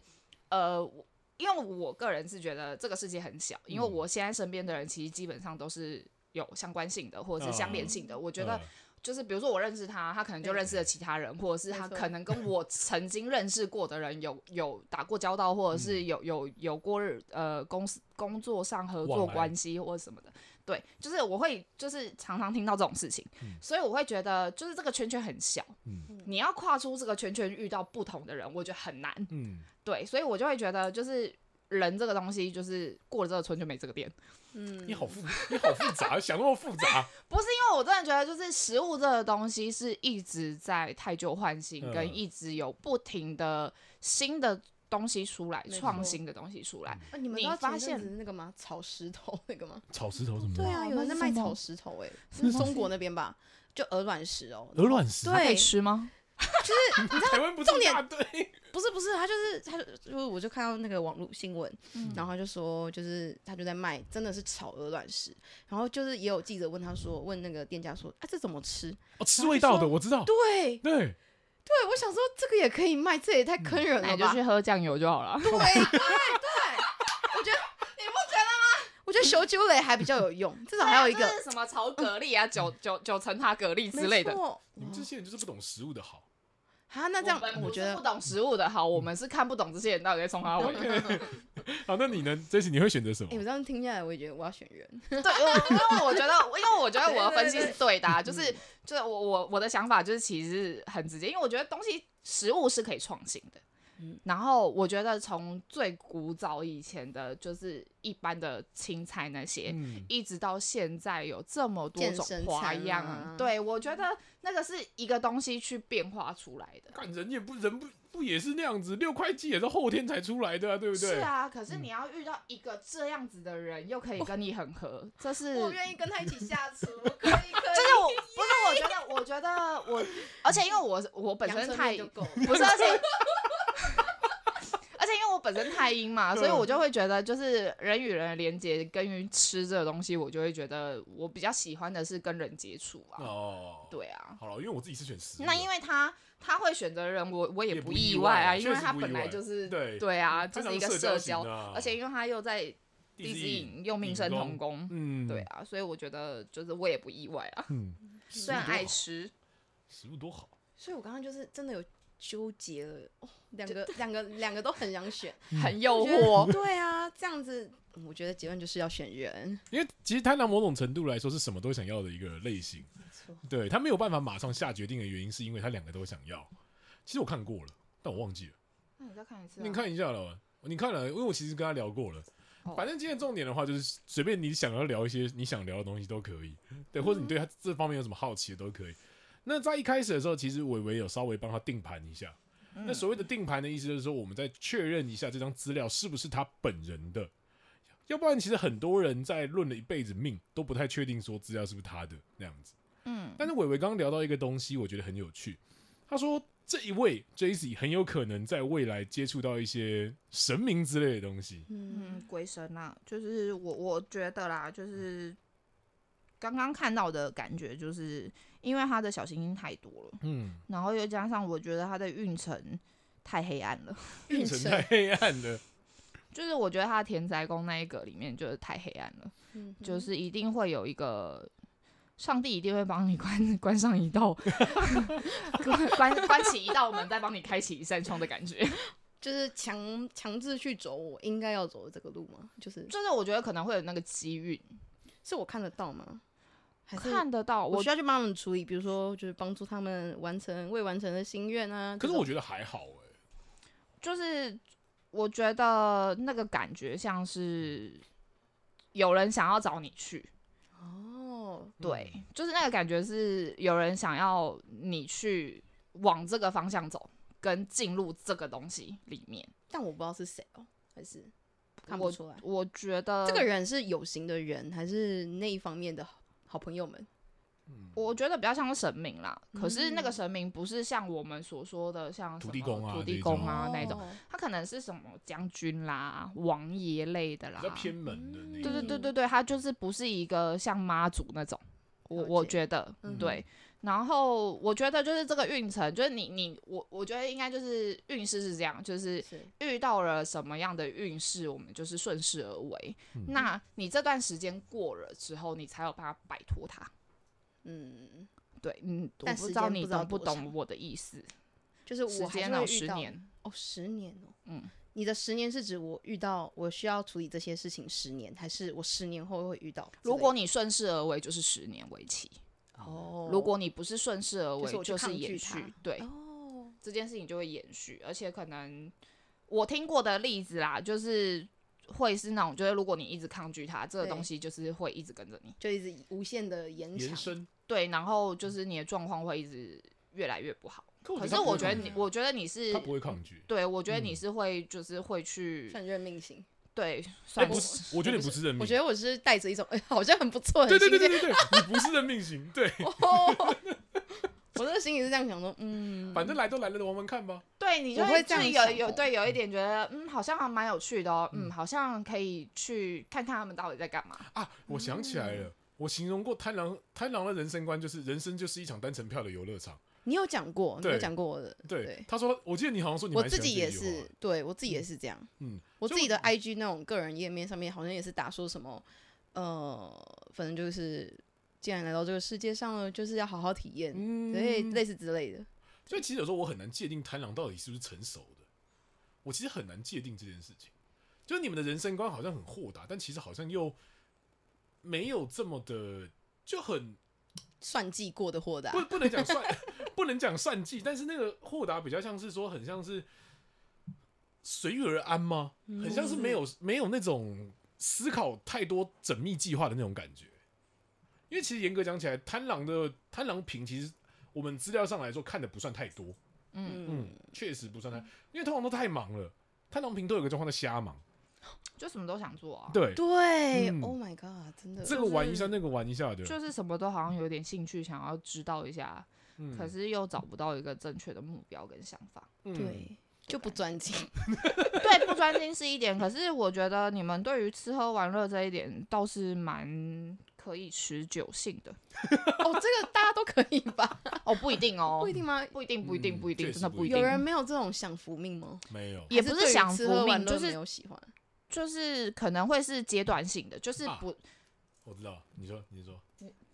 Speaker 4: 呃，我因为我个人是觉得这个世界很小，因为
Speaker 3: 嗯
Speaker 4: 我现在身边的人其实基本上都是有相关性的或者是相连性的。我觉得
Speaker 3: 嗯
Speaker 4: 就是比如说我认识他，他可能就认识了其他人，或者是他
Speaker 2: 没错
Speaker 4: 可能跟我曾经认识过的人有有打过交道，或者
Speaker 3: 嗯
Speaker 4: 是有有有过呃公司工作上合作
Speaker 3: 往来
Speaker 4: 关系或者什么的。对，就是我会就是常常听到这种事情，
Speaker 3: 嗯
Speaker 4: 所以我会觉得就是这个圈圈很小，
Speaker 3: 嗯
Speaker 4: 你要跨出这个圈圈遇到不同的人，我觉得很难。
Speaker 3: 嗯，
Speaker 4: 对，所以我就会觉得就是人这个东西，就是过了这个村就没这个店。
Speaker 2: 嗯，
Speaker 3: 你好复，你好复杂，想那么复杂，
Speaker 4: 不是因为我真的觉得，就是食物这个东西是一直在太旧换新，
Speaker 3: 嗯
Speaker 4: 跟一直有不停的新的东西出来，
Speaker 2: 没错
Speaker 4: 创新的东西出来。
Speaker 2: 啊，你们
Speaker 4: 你
Speaker 2: 知道
Speaker 4: 发
Speaker 2: 前阵
Speaker 4: 现
Speaker 2: 子那个吗？炒石头那个吗？
Speaker 3: 炒石头什么
Speaker 2: 对
Speaker 3: 的，
Speaker 2: 啊，
Speaker 4: 哦
Speaker 2: 有人
Speaker 4: 那
Speaker 2: 在
Speaker 4: 是
Speaker 2: 卖
Speaker 4: 什么
Speaker 2: 炒石头哎、
Speaker 4: 什么
Speaker 2: 是中
Speaker 4: 东
Speaker 2: 国那边吧？就鹅卵石哦，
Speaker 3: 鹅卵石，
Speaker 4: 它可
Speaker 2: 对
Speaker 4: 以吃吗？
Speaker 3: 台湾不是
Speaker 2: 重
Speaker 3: 一
Speaker 2: 点
Speaker 3: 大堆，
Speaker 2: 不是不是，他就是他就就是我就看到那个网络新闻，然后他就说就是他就在卖，真的是炒鹅卵石，然后就是也有记者问他说，问那个店家说啊这怎么吃？
Speaker 3: 哦，吃味道的我知道，
Speaker 2: 对
Speaker 3: 对，
Speaker 2: 对，我想说这个也可以卖，嗯这也太坑人
Speaker 4: 那
Speaker 2: 了
Speaker 4: 你就
Speaker 2: 吧？
Speaker 4: 去喝酱油就好了。
Speaker 2: 对对 对，我觉得你不觉得吗？我 觉得小酒类还比较有用，至少还有一个
Speaker 4: 啊这是什么炒蛤蜊啊，九九九层塔蛤蜊之类的
Speaker 2: 没。错
Speaker 3: 你们这些人就是不懂食物的好。
Speaker 2: 啊，那这样
Speaker 4: 们不
Speaker 2: 我
Speaker 4: 是
Speaker 2: 觉得嗯
Speaker 4: 不懂食物的好，我们是看不懂这些人到底在冲他尾。
Speaker 3: 好，那你呢？这次你会选择什么
Speaker 2: 哎、？我这样听下来，我也觉得我要选人。
Speaker 4: 对，我因为我觉得，因为我觉得我的分析是对的、啊，
Speaker 3: 对
Speaker 4: 就
Speaker 3: 对
Speaker 4: 是就是我我我的想法就是其实是很直接，因为我觉得东西食物是可以创新的。然后我觉得从最古早以前的，就是一般的青菜那些，
Speaker 3: 嗯，
Speaker 4: 一直到现在有这么多
Speaker 2: 健
Speaker 4: 种
Speaker 2: 身
Speaker 4: 花
Speaker 2: 餐
Speaker 4: 样，
Speaker 2: 啊
Speaker 4: 对我觉得那个是一个东西去变化出来的。
Speaker 3: 干人也不人不不也是那样子，六块肌也是后天才出来的、啊，对不对？
Speaker 4: 是啊，可是你要遇到一个这样子的人，又可以跟你很合，这是
Speaker 2: 愿意跟他一起下厨，我 可以，可
Speaker 4: 就是我不是，我觉得，我觉得我，而且因为我我本身太
Speaker 2: 就够了。
Speaker 4: 不是，而且而且因为我本身太阴嘛，所以我就会觉得，就是人与人的连接跟于吃这个东西，我就会觉得我比较喜欢的是跟人接触啊，
Speaker 3: 哦，
Speaker 4: 对啊。
Speaker 3: 好了，因为我自己是选食物的，
Speaker 4: 那因为他他会选择人，我我
Speaker 3: 也
Speaker 4: 也
Speaker 3: 不
Speaker 4: 不
Speaker 3: 意
Speaker 4: 意
Speaker 3: 外
Speaker 4: 外
Speaker 3: 啊
Speaker 4: 啊，因为
Speaker 3: 确实
Speaker 4: 他
Speaker 3: 不
Speaker 4: 本
Speaker 3: 意
Speaker 4: 来
Speaker 3: 外
Speaker 4: 就是
Speaker 3: 对
Speaker 4: 对啊，这
Speaker 3: 他讲
Speaker 4: 是一个
Speaker 3: 社
Speaker 4: 社
Speaker 3: 交
Speaker 4: 交
Speaker 3: 型啊，
Speaker 4: 而且因为他又在地
Speaker 3: 之
Speaker 4: 之影又命生同，工，
Speaker 3: 嗯，
Speaker 4: 对，啊，所以我觉得就是我也不意外啊，
Speaker 3: 嗯，
Speaker 4: 虽然
Speaker 3: 食物多
Speaker 4: 爱吃，
Speaker 3: 好，食物多好，
Speaker 2: 所以我刚刚就是真的有纠结了，哦，两个两个两个都很想选，
Speaker 3: 嗯
Speaker 4: 很诱
Speaker 2: 我觉得
Speaker 4: 惑。
Speaker 2: 对啊，这样子，嗯我觉得结论就是要选人。
Speaker 3: 因为其实贪婪某种程度来说是什么都想要的一个类型，对他没有办法马上下决定的原因，是因为他两个都想要。其实我看过了，但我忘记了。
Speaker 4: 那你再看一次、啊
Speaker 3: 你，看一下了，你看了，因为我其实跟他聊过了。
Speaker 4: 哦
Speaker 3: 反正今天重点的话，就是随便你想要聊一些你想聊的东西都可以，对，或者你对他这方面有什么好奇的都可以。那在一开始的时候，其实伟伟有稍微帮他定盘一下。那所谓的定盘的意思就是说，我们在确认一下这张资料是不是他本人的，要不然其实很多人在论了一辈子命，都不太确定说资料是不是他的那样子。
Speaker 4: 嗯，
Speaker 3: 但是伟伟刚刚聊到一个东西，我觉得很有趣。他说这一位 j c 很有可能在未来接触到一些神明之类的东西。
Speaker 4: 嗯
Speaker 2: 嗯，，
Speaker 4: 鬼神啊，就是我我觉得啦，
Speaker 3: 嗯
Speaker 4: 就是刚刚看到的感觉，就是因为他的小行星太多了，
Speaker 3: 嗯，
Speaker 4: 然后又加上我觉得他的运程太黑暗了，
Speaker 3: 运程太黑暗了。
Speaker 4: 就是我觉得他的田宅宫那一个里面就是太黑暗了，
Speaker 2: 嗯哼
Speaker 4: 就是一定会有一个。上帝一定会帮你 关关上一道， 关关关起一道门，再帮你开启一扇窗的感觉。
Speaker 2: 就是强强制去走我应该要走的这个路吗？就是
Speaker 4: 就是我觉得可能会有那个机遇，
Speaker 2: 是我看得到吗？还是
Speaker 4: 看得到。
Speaker 2: 我
Speaker 4: 我
Speaker 2: 需要去帮他们处理，比如说就是帮助他们完成未完成的心愿啊。
Speaker 3: 可
Speaker 2: 这
Speaker 3: 是
Speaker 2: 种
Speaker 3: 我觉得还好哎、
Speaker 4: 就是我觉得那个感觉像是有人想要找你去，
Speaker 2: 哦，
Speaker 4: 对，就是那个感觉是有人想要你去往这个方向走，跟进入这个东西里面。
Speaker 2: 但我不知道是谁哦，还是看不
Speaker 4: 我
Speaker 2: 出来。
Speaker 4: 我觉得
Speaker 2: 这个，人是有形的人，还是那一方面的好好朋友们？
Speaker 4: 我觉得比较像是神明啦。可是
Speaker 2: 嗯
Speaker 4: 那个神明不是像我们所说的像什
Speaker 3: 土
Speaker 4: 么
Speaker 3: 地公啊
Speaker 4: 土
Speaker 3: 这
Speaker 4: 地
Speaker 3: 一
Speaker 4: 公
Speaker 3: 种
Speaker 4: 啊那一种，
Speaker 2: 哦
Speaker 4: 他可能是什么将军啦、王爷类的啦，
Speaker 3: 比较偏门的那
Speaker 4: 对对
Speaker 3: 种。
Speaker 4: 对
Speaker 2: 嗯
Speaker 4: 对对，他就是不是一个像妈祖那种，我我
Speaker 2: 了解
Speaker 4: 觉得、
Speaker 2: 嗯
Speaker 4: 对。然后我觉得就是这个运程，就是你你我我觉得应该就是运势是这样，就是
Speaker 2: 是
Speaker 4: 遇到了什么样的运势，我们就是顺势而为。
Speaker 2: 嗯
Speaker 4: 那你这段时间过了之后，你才有办法摆脱它。
Speaker 2: 嗯，
Speaker 4: 对，嗯，我
Speaker 2: 但
Speaker 4: 不
Speaker 2: 时
Speaker 4: 知道
Speaker 2: 间
Speaker 4: 你
Speaker 2: 不知道
Speaker 4: 懂不
Speaker 2: 多
Speaker 4: 懂
Speaker 2: 长
Speaker 4: 我的意思。
Speaker 2: 就是
Speaker 4: 时
Speaker 2: 我还
Speaker 4: 间
Speaker 2: 是
Speaker 4: 呢？
Speaker 2: 会
Speaker 4: 十
Speaker 2: 遇到
Speaker 4: 年，
Speaker 2: 哦，十年哦，
Speaker 4: 嗯，
Speaker 2: 你的十年是指我遇到我需要处理这些事情十年，还是我十年后会遇到之类的？
Speaker 4: 如果你顺势而为，就是十年为期；
Speaker 2: 哦，
Speaker 4: 如果你不是顺势而
Speaker 2: 就
Speaker 4: 为
Speaker 2: 是，我去
Speaker 4: 就是
Speaker 2: 抗
Speaker 4: 延
Speaker 2: 拒
Speaker 4: 续
Speaker 2: 它。
Speaker 4: 对，
Speaker 2: 哦，
Speaker 4: 这件事情就会延续，而且可能我听过的例子啦，就是会是那种，就是如果你一直抗拒它，这个
Speaker 2: 对
Speaker 4: 东西就是会一直跟着你，
Speaker 2: 就一直无限的延长
Speaker 3: 延伸，
Speaker 4: 对，然后就是你的状况会一直越来越不好。可是
Speaker 3: 他不
Speaker 4: 我
Speaker 3: 会
Speaker 4: 觉得
Speaker 3: 抗
Speaker 4: 你
Speaker 3: 拒，
Speaker 4: 我觉得你是
Speaker 3: 他，不会抗拒。
Speaker 4: 对我觉得
Speaker 3: 嗯
Speaker 4: 你是会，就是会去，
Speaker 2: 算任命型。
Speaker 4: 对，
Speaker 3: 哎，
Speaker 4: 算
Speaker 3: 不
Speaker 4: 是
Speaker 3: 是，我觉得你不是任命
Speaker 2: 我觉。得我是带着一种， 哎、好像很不错，很
Speaker 3: 对
Speaker 2: 新
Speaker 3: 对
Speaker 2: 鲜。
Speaker 3: 对对对，对你不是任命型， 对，
Speaker 2: 哦， 我这个心里是这样想说，嗯，
Speaker 3: 反正来都来了，玩玩看吧。
Speaker 4: 对你就
Speaker 2: 我
Speaker 4: 会
Speaker 2: 会这
Speaker 4: 自己
Speaker 2: 样
Speaker 4: 有
Speaker 2: 想
Speaker 4: 有
Speaker 2: 哦
Speaker 4: 对有一点觉得，嗯，好像还蛮有趣的哦，嗯，好像可以去看看他们到底在干嘛。
Speaker 3: 啊，我想起来
Speaker 4: 嗯
Speaker 3: 了，我形容过贪狼，贪狼的人生观就是人生就是一场单程票的游乐场。
Speaker 2: 你有讲过，你有
Speaker 3: 对
Speaker 2: 讲过我的，
Speaker 3: 对，他说，我记得你好像说你
Speaker 2: 我
Speaker 3: 蛮
Speaker 2: 自
Speaker 3: 喜欢
Speaker 2: 己
Speaker 3: 这
Speaker 2: 也
Speaker 3: 句
Speaker 2: 是
Speaker 3: 话，
Speaker 2: 对我自己也是这样。
Speaker 3: 嗯，
Speaker 2: 我
Speaker 3: 就
Speaker 2: 自己的 IG 那种个人页面上面好像也是打说什么，呃，反正就是既然来到这个世界上了，就是要好好体验，
Speaker 3: 嗯
Speaker 2: 对，类似之类的。
Speaker 3: 所以其实有时候我很难界定贪狼到底是不是成熟的，我其实很难界定这件事情。就是你们的人生观好像很豁达，但其实好像又没有这么的，就很
Speaker 2: 算计过的啊豁达
Speaker 3: 不，不能讲算， 不能讲算计，但是那个豁达比较像是说，很像是随遇而安吗？很像是没有没有那种思考太多缜密计划的那种感觉。因为其实严格讲起来，贪狼的贪狼评其实我们资料上来说看的不算太多，嗯
Speaker 2: 嗯，，
Speaker 3: 确实不算太，因为通常都太忙了。贪狼评都有个状况叫瞎忙，
Speaker 4: 就什么都想做啊，
Speaker 3: 对，
Speaker 2: 对
Speaker 3: 嗯
Speaker 2: ，Oh my god，真的，
Speaker 3: 这个玩一下，那个玩一下的，
Speaker 4: 就是什么都好像有点兴趣，想要知道一下，
Speaker 3: 嗯
Speaker 4: 可是又找不到一个正确的目标跟想法。
Speaker 3: 嗯
Speaker 2: 对，就不专精，
Speaker 4: 对，不专心是一点，可是我觉得你们对于吃喝玩乐这一点倒是蛮可以持久性的。
Speaker 2: 哦，这个大家都可以吧？
Speaker 4: 哦，不一定哦，
Speaker 2: 不一定吗？
Speaker 4: 不一定，不一定，
Speaker 3: 嗯
Speaker 4: 不一定，
Speaker 3: 确实
Speaker 4: 真的
Speaker 3: 不
Speaker 4: 不
Speaker 3: 一
Speaker 4: 一
Speaker 3: 定
Speaker 2: 有人
Speaker 4: 定。
Speaker 2: 没有这种享福命吗？
Speaker 3: 没有，
Speaker 4: 也
Speaker 2: 还
Speaker 4: 不
Speaker 2: 对于
Speaker 4: 享
Speaker 2: 吃
Speaker 4: 福
Speaker 2: 喝玩
Speaker 4: 命，
Speaker 2: 乐
Speaker 4: 就
Speaker 2: 没
Speaker 4: 是
Speaker 2: 有喜欢，
Speaker 4: 就是可能会是阶段性的，就是
Speaker 3: 啊
Speaker 4: 不。
Speaker 3: 我知道，你说你说，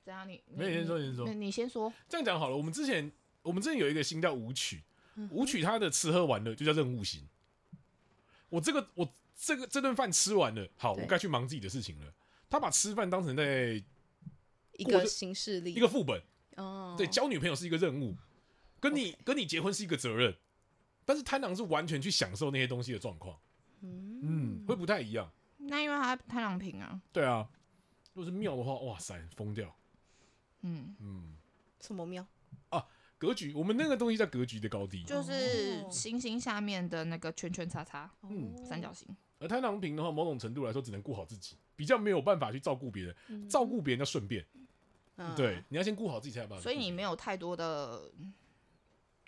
Speaker 4: 怎样？你
Speaker 3: 没有先说先说
Speaker 4: 那，你先说。
Speaker 3: 这样讲好了，我们之前我们之前有一个新叫舞曲，舞曲它的吃喝玩乐就叫任务型。我这个我这个这顿饭吃完了，好，
Speaker 2: 对
Speaker 3: 我该去忙自己的事情了。他把吃饭当成在
Speaker 2: 一
Speaker 3: 过
Speaker 2: 个
Speaker 3: 着
Speaker 2: 新势力，
Speaker 3: 一个副本，
Speaker 2: 哦，
Speaker 3: 对，交女朋友是一个任务，跟你跟你结婚是一个责任，但是贪狼是完全去享受那些东西的状况，嗯，会不太一样。
Speaker 4: 那因为他贪狼平啊，
Speaker 3: 对啊，如果是庙的话，哇塞，疯掉。
Speaker 4: 嗯，
Speaker 3: 嗯，
Speaker 2: 什么庙？
Speaker 3: 格局，我们那个东西叫格局的高低，
Speaker 4: 就是
Speaker 2: 哦
Speaker 4: 星星下面的那个圈圈叉叉
Speaker 3: 嗯
Speaker 2: 哦
Speaker 4: 三角形。
Speaker 3: 而贪狼平的话，某种程度来说只能顾好自己，比较没有办法去照顾别人，
Speaker 4: 嗯
Speaker 3: 照顾别人要顺便，
Speaker 2: 嗯
Speaker 3: 对，，你要先顾好自己才有办法顾
Speaker 4: 所
Speaker 3: 别人。
Speaker 4: 以你没有太多的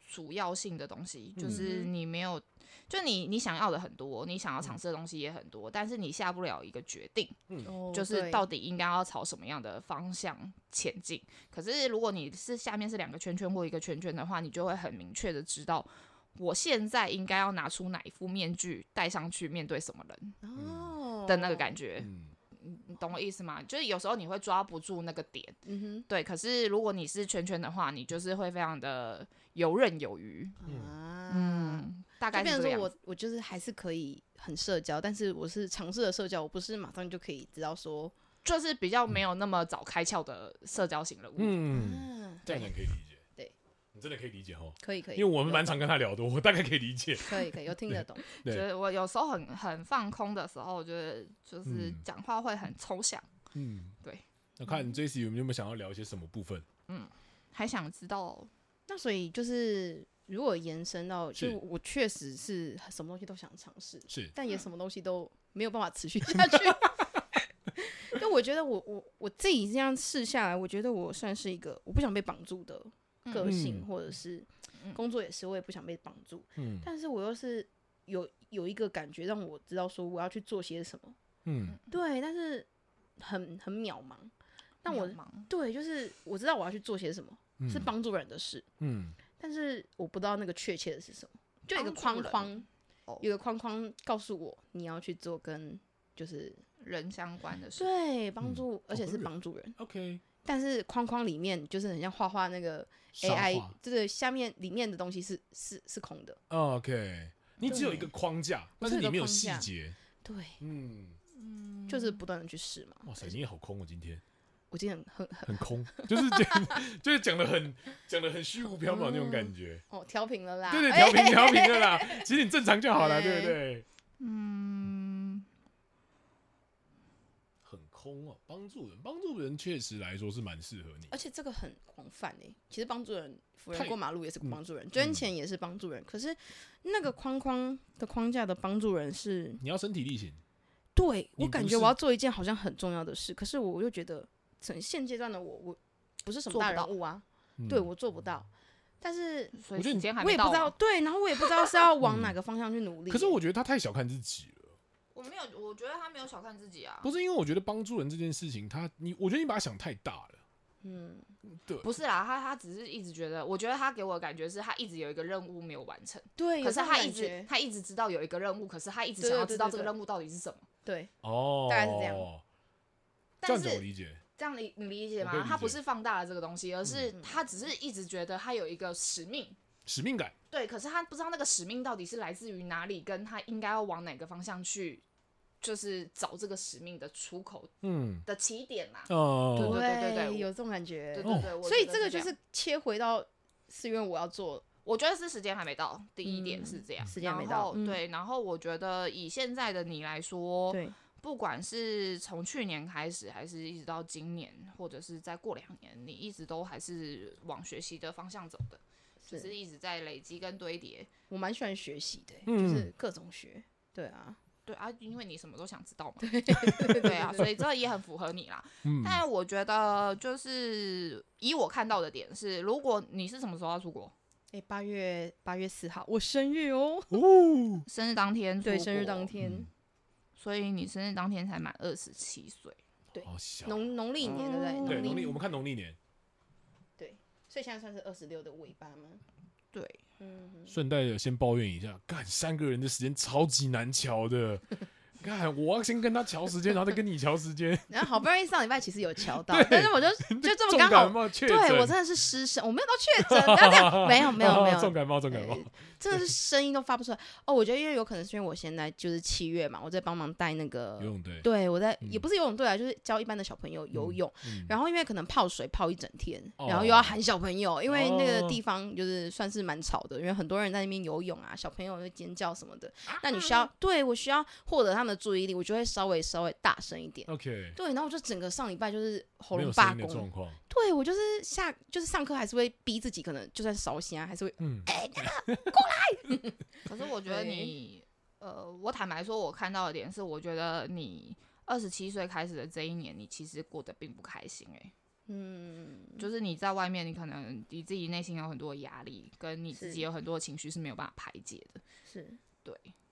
Speaker 4: 主要性的东西，就是
Speaker 2: 嗯
Speaker 4: 你没有，就你你想要的很多，你想要尝试的东西也很多，但是你下不了一个决定，
Speaker 2: 哦
Speaker 4: 就是
Speaker 2: 对
Speaker 4: 到底应该要朝什么样的方向前进。可是如果你是下面是两个圈圈或一个圈圈的话，你就会很明确的知道。我现在应该要拿出哪一副面具戴上去面对什么人
Speaker 2: 哦
Speaker 4: 的那个感觉，
Speaker 3: 嗯，
Speaker 4: 你懂我意思吗？就是有时候你会抓不住那个点，
Speaker 2: 嗯
Speaker 4: 对，可是如果你是圈圈的话，你就是会非常的游刃有余。
Speaker 2: 哼啊，
Speaker 4: 嗯，大
Speaker 2: 嗯就
Speaker 4: 概是
Speaker 2: 变
Speaker 4: 这
Speaker 2: 成
Speaker 4: 个
Speaker 2: 说
Speaker 4: 样子。
Speaker 2: 我我就是还是可以很社交，但是我是尝试了社交，我不是马上就可以知道说，
Speaker 4: 就是比较没有那么早开窍的社交型人物。
Speaker 3: 嗯，
Speaker 2: 嗯，
Speaker 3: 这样你可以理解，
Speaker 2: 对，
Speaker 3: 你真的可以理解哦，
Speaker 2: 可以可以，
Speaker 3: 因为我们
Speaker 2: 有
Speaker 3: 蛮常跟他聊的，我大概可以理解。
Speaker 2: 可以可以有听得懂，
Speaker 3: 对
Speaker 4: 就是我有时候很很放空的时候，我觉得就是
Speaker 3: 嗯
Speaker 4: 讲话会很抽象，
Speaker 3: 嗯，
Speaker 4: 对。
Speaker 3: 那看 J C 有没有想要聊一些什么部分？
Speaker 4: 还想知道
Speaker 2: 那所以就是，如果延伸到，就是我我确实是什么东西都想尝试，
Speaker 3: 是，
Speaker 2: 但也什么东西都没有办法持续下去。 就我觉得我我我自己这样试下来，我觉得我算是一个我不想被绑住的个性，
Speaker 3: 嗯
Speaker 2: 或者是
Speaker 4: 嗯
Speaker 2: 工作也是我也不想被绑住，
Speaker 3: 嗯
Speaker 2: 但是我又是有有一个感觉让我知道说我要去做些什么，
Speaker 3: 嗯
Speaker 2: 对，但是很很渺茫。但我
Speaker 4: 忙
Speaker 2: 对，就是我知道我要去做些什么，
Speaker 3: 嗯
Speaker 2: 是帮助人的事，
Speaker 3: 嗯
Speaker 2: 但是我不知道那个确切的是什么，就有一个
Speaker 4: 帮助
Speaker 2: 框
Speaker 4: 人
Speaker 2: 框
Speaker 4: 哦，
Speaker 2: 有一个框框告诉我你要去做跟就是
Speaker 4: 人相关的事，
Speaker 2: 对帮助，而且
Speaker 3: 好
Speaker 2: 是
Speaker 3: 多人
Speaker 2: 帮助人，
Speaker 3: ，OK，
Speaker 2: 但是框框里面就是很像画画那个 AI，这个下面里面的东西是是是空的，
Speaker 3: OK，你只有一个框架，但是里面有细
Speaker 2: 我
Speaker 3: 节。
Speaker 2: 对，
Speaker 3: 嗯，
Speaker 2: 就是不断的去试嘛。
Speaker 3: 哇塞，你也好空哦，今天
Speaker 2: 我今天很很
Speaker 3: 很空，就是 讲就是讲的很讲的很虚无缥缈那种感觉。
Speaker 2: 哦调频了啦，
Speaker 3: 对对，
Speaker 2: 哎
Speaker 3: 调平调平的啦，其实你正常就好了，对不对？
Speaker 4: 嗯，
Speaker 3: 很空哦，帮助人，帮助人确实来说是蛮适合你
Speaker 2: 而。且这个很广泛诶、其实帮助人，扶
Speaker 3: 太
Speaker 2: 人过马路也是
Speaker 3: 嗯
Speaker 2: 帮助人，捐钱也是帮助人。可是那个框框的框架的帮助人是，
Speaker 3: 你要身体力行，
Speaker 2: 对我
Speaker 3: 你不
Speaker 2: 感
Speaker 3: 是
Speaker 2: 觉我要做一件好像很重要的事，可是我又觉得，整现阶段的我，我不是什
Speaker 4: 做
Speaker 2: 么
Speaker 4: 不
Speaker 2: 大人
Speaker 4: 到
Speaker 2: 物啊，
Speaker 3: 嗯
Speaker 2: 对我做不到。但是
Speaker 4: 所以
Speaker 3: 我觉得
Speaker 4: 时
Speaker 3: 你
Speaker 4: 间还
Speaker 2: 我
Speaker 4: 没
Speaker 2: 也不
Speaker 4: 到
Speaker 2: 知道，
Speaker 4: 嘛。
Speaker 2: 对，然后我也不知道是要往哪
Speaker 3: 嗯
Speaker 2: 个方向去 努力欸。
Speaker 3: 可是我觉得他太小看自己了。
Speaker 4: 我没有，我觉得他没有小看自己啊。
Speaker 3: 不是因为我觉得帮助人这件事情，他你我觉得你把它想太大了。
Speaker 2: 嗯，
Speaker 4: 不是啦，他他只是一直觉得，我觉得他给我的感觉是他一直有一个任务没有完成。
Speaker 2: 对，
Speaker 4: 可
Speaker 2: 有
Speaker 4: 是
Speaker 2: 这种
Speaker 4: 他
Speaker 2: 感
Speaker 4: 一直
Speaker 2: 觉
Speaker 4: 他一直知道有一个任务，可是他一直
Speaker 2: 对
Speaker 4: 想
Speaker 2: 对
Speaker 4: 要
Speaker 2: 对
Speaker 4: 知道
Speaker 2: 对
Speaker 4: 这个
Speaker 2: 对
Speaker 4: 任务到底是什么。
Speaker 2: 对
Speaker 3: 哦，
Speaker 2: 大概是这样
Speaker 3: 这
Speaker 4: 但
Speaker 3: 样子我
Speaker 4: 是
Speaker 3: 理解。
Speaker 4: 这样理你理解
Speaker 3: 我可以
Speaker 4: 吗？
Speaker 3: 理
Speaker 4: 他不
Speaker 3: 解
Speaker 4: 是放大了这个东西，而是他只是一直觉得他有一个使命。
Speaker 3: 使命感，
Speaker 4: 对，可是他不知道那个使命到底是来自于哪里，跟他应该要往哪个方向去，就是找这个使命的出口
Speaker 3: 嗯，
Speaker 4: 的起点嘛。
Speaker 3: 哦，
Speaker 4: 对对对对我
Speaker 2: 有这种感觉。
Speaker 4: 对对对，我
Speaker 2: 所
Speaker 4: 觉
Speaker 2: 以
Speaker 4: 得
Speaker 2: 这个
Speaker 4: 这
Speaker 2: 就
Speaker 4: 样
Speaker 2: 是切回到是因为我要做
Speaker 4: 我觉得是时间还没到，第一点
Speaker 2: 嗯
Speaker 4: 是这样，
Speaker 2: 时间还没
Speaker 4: 然后
Speaker 2: 到嗯
Speaker 4: 对，然后我觉得以现在的你来说，
Speaker 2: 对
Speaker 4: 不管是从去年开始，还是一直到今年，或者是再过两年，你一直都还是往学习的方向走的，只是一直在累积跟堆叠。
Speaker 2: 我蛮喜欢学习的欸、
Speaker 3: 嗯
Speaker 2: 就是各种学。对啊，
Speaker 4: 对啊，因为你什么都想知道嘛，对 啊，所以这也很符合你啦。
Speaker 3: 嗯，
Speaker 4: 但我觉得就是以我看到的点是，如果你是什么时候要出国，
Speaker 2: 哎、八月八月四号我生日哦，
Speaker 3: 哦，
Speaker 4: 生日当天出
Speaker 2: 对，
Speaker 4: 国
Speaker 2: 生日当，天，
Speaker 3: 嗯
Speaker 4: 所以你生日当天才满二十七岁，
Speaker 3: 好小，
Speaker 2: 农农历年对不
Speaker 3: 哦对
Speaker 2: 对？
Speaker 3: 农
Speaker 2: 历
Speaker 3: 历，我们看农历年，
Speaker 2: 对，所以现在算是二十六的尾巴吗？
Speaker 4: 对，
Speaker 2: 嗯，
Speaker 3: 顺带的先抱怨一下，干三个人的时间超级难瞧的。看，我要先跟他瞧时间，然后再跟你瞧时间，
Speaker 2: 然后好不容易上礼拜其实有瞧到
Speaker 3: 对，
Speaker 2: 但是我 就就这么
Speaker 3: 重
Speaker 2: 刚
Speaker 3: 感
Speaker 2: 好，
Speaker 3: 冒确诊，
Speaker 2: 对我真的是失声，我没有到确诊，不要这 样，没有没有没有
Speaker 3: 重，感冒重感冒
Speaker 2: 哎，真的是声音都发不出来。哦，我觉得因为有可能是因为我现在就是七月嘛，我在帮忙带那个
Speaker 3: 游，泳队，
Speaker 2: 对我在、
Speaker 3: 嗯
Speaker 2: 也不是游泳队啊，就是教一般的小朋友游泳。
Speaker 3: 嗯
Speaker 2: 然后因为可能泡水泡一整天，
Speaker 3: 哦
Speaker 2: 然后又要喊小朋友，因为那
Speaker 3: 哦
Speaker 2: 个地方就是算是蛮吵的，因为很多人在那边游泳啊，小朋友就尖叫什么的。
Speaker 3: 啊
Speaker 2: 那你需要对我需要获得他们的注意力，我就会稍微稍微大声一点。
Speaker 3: OK，
Speaker 2: 对，然后我就整个上礼拜就是喉
Speaker 3: 没
Speaker 2: 咙
Speaker 3: 有
Speaker 2: 罢
Speaker 3: 声音的状
Speaker 2: 工，
Speaker 3: 况，
Speaker 2: 对我就是下就是上课还是会逼自己，可能就算烧心啊，还是会
Speaker 3: 嗯，
Speaker 4: 可是我觉得
Speaker 2: 对
Speaker 4: 你，呃，我坦白说，我看到的点是，我觉得你二十七岁开始的这一年，你其实过得并不开心、欸，
Speaker 2: 嗯，
Speaker 4: 就是你在外面，你可能你自己内心有很多压力，跟你自
Speaker 2: 是
Speaker 4: 己有很多情绪是没有办法排解的。
Speaker 2: 是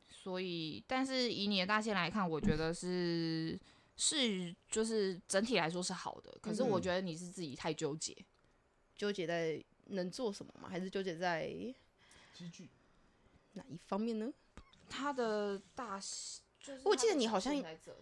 Speaker 4: 所以，但是以你的大限来看，我觉得是是就是整体来说是好的。可是我
Speaker 2: 嗯
Speaker 4: 觉得你是自己太纠结，
Speaker 2: 纠结在能做什么吗？还是纠结在
Speaker 3: 积聚
Speaker 2: 哪一方面呢？
Speaker 4: 他的大就是
Speaker 2: 我
Speaker 4: 他
Speaker 2: 记
Speaker 4: 的
Speaker 2: 得你
Speaker 4: 小
Speaker 2: 好像
Speaker 4: 限在这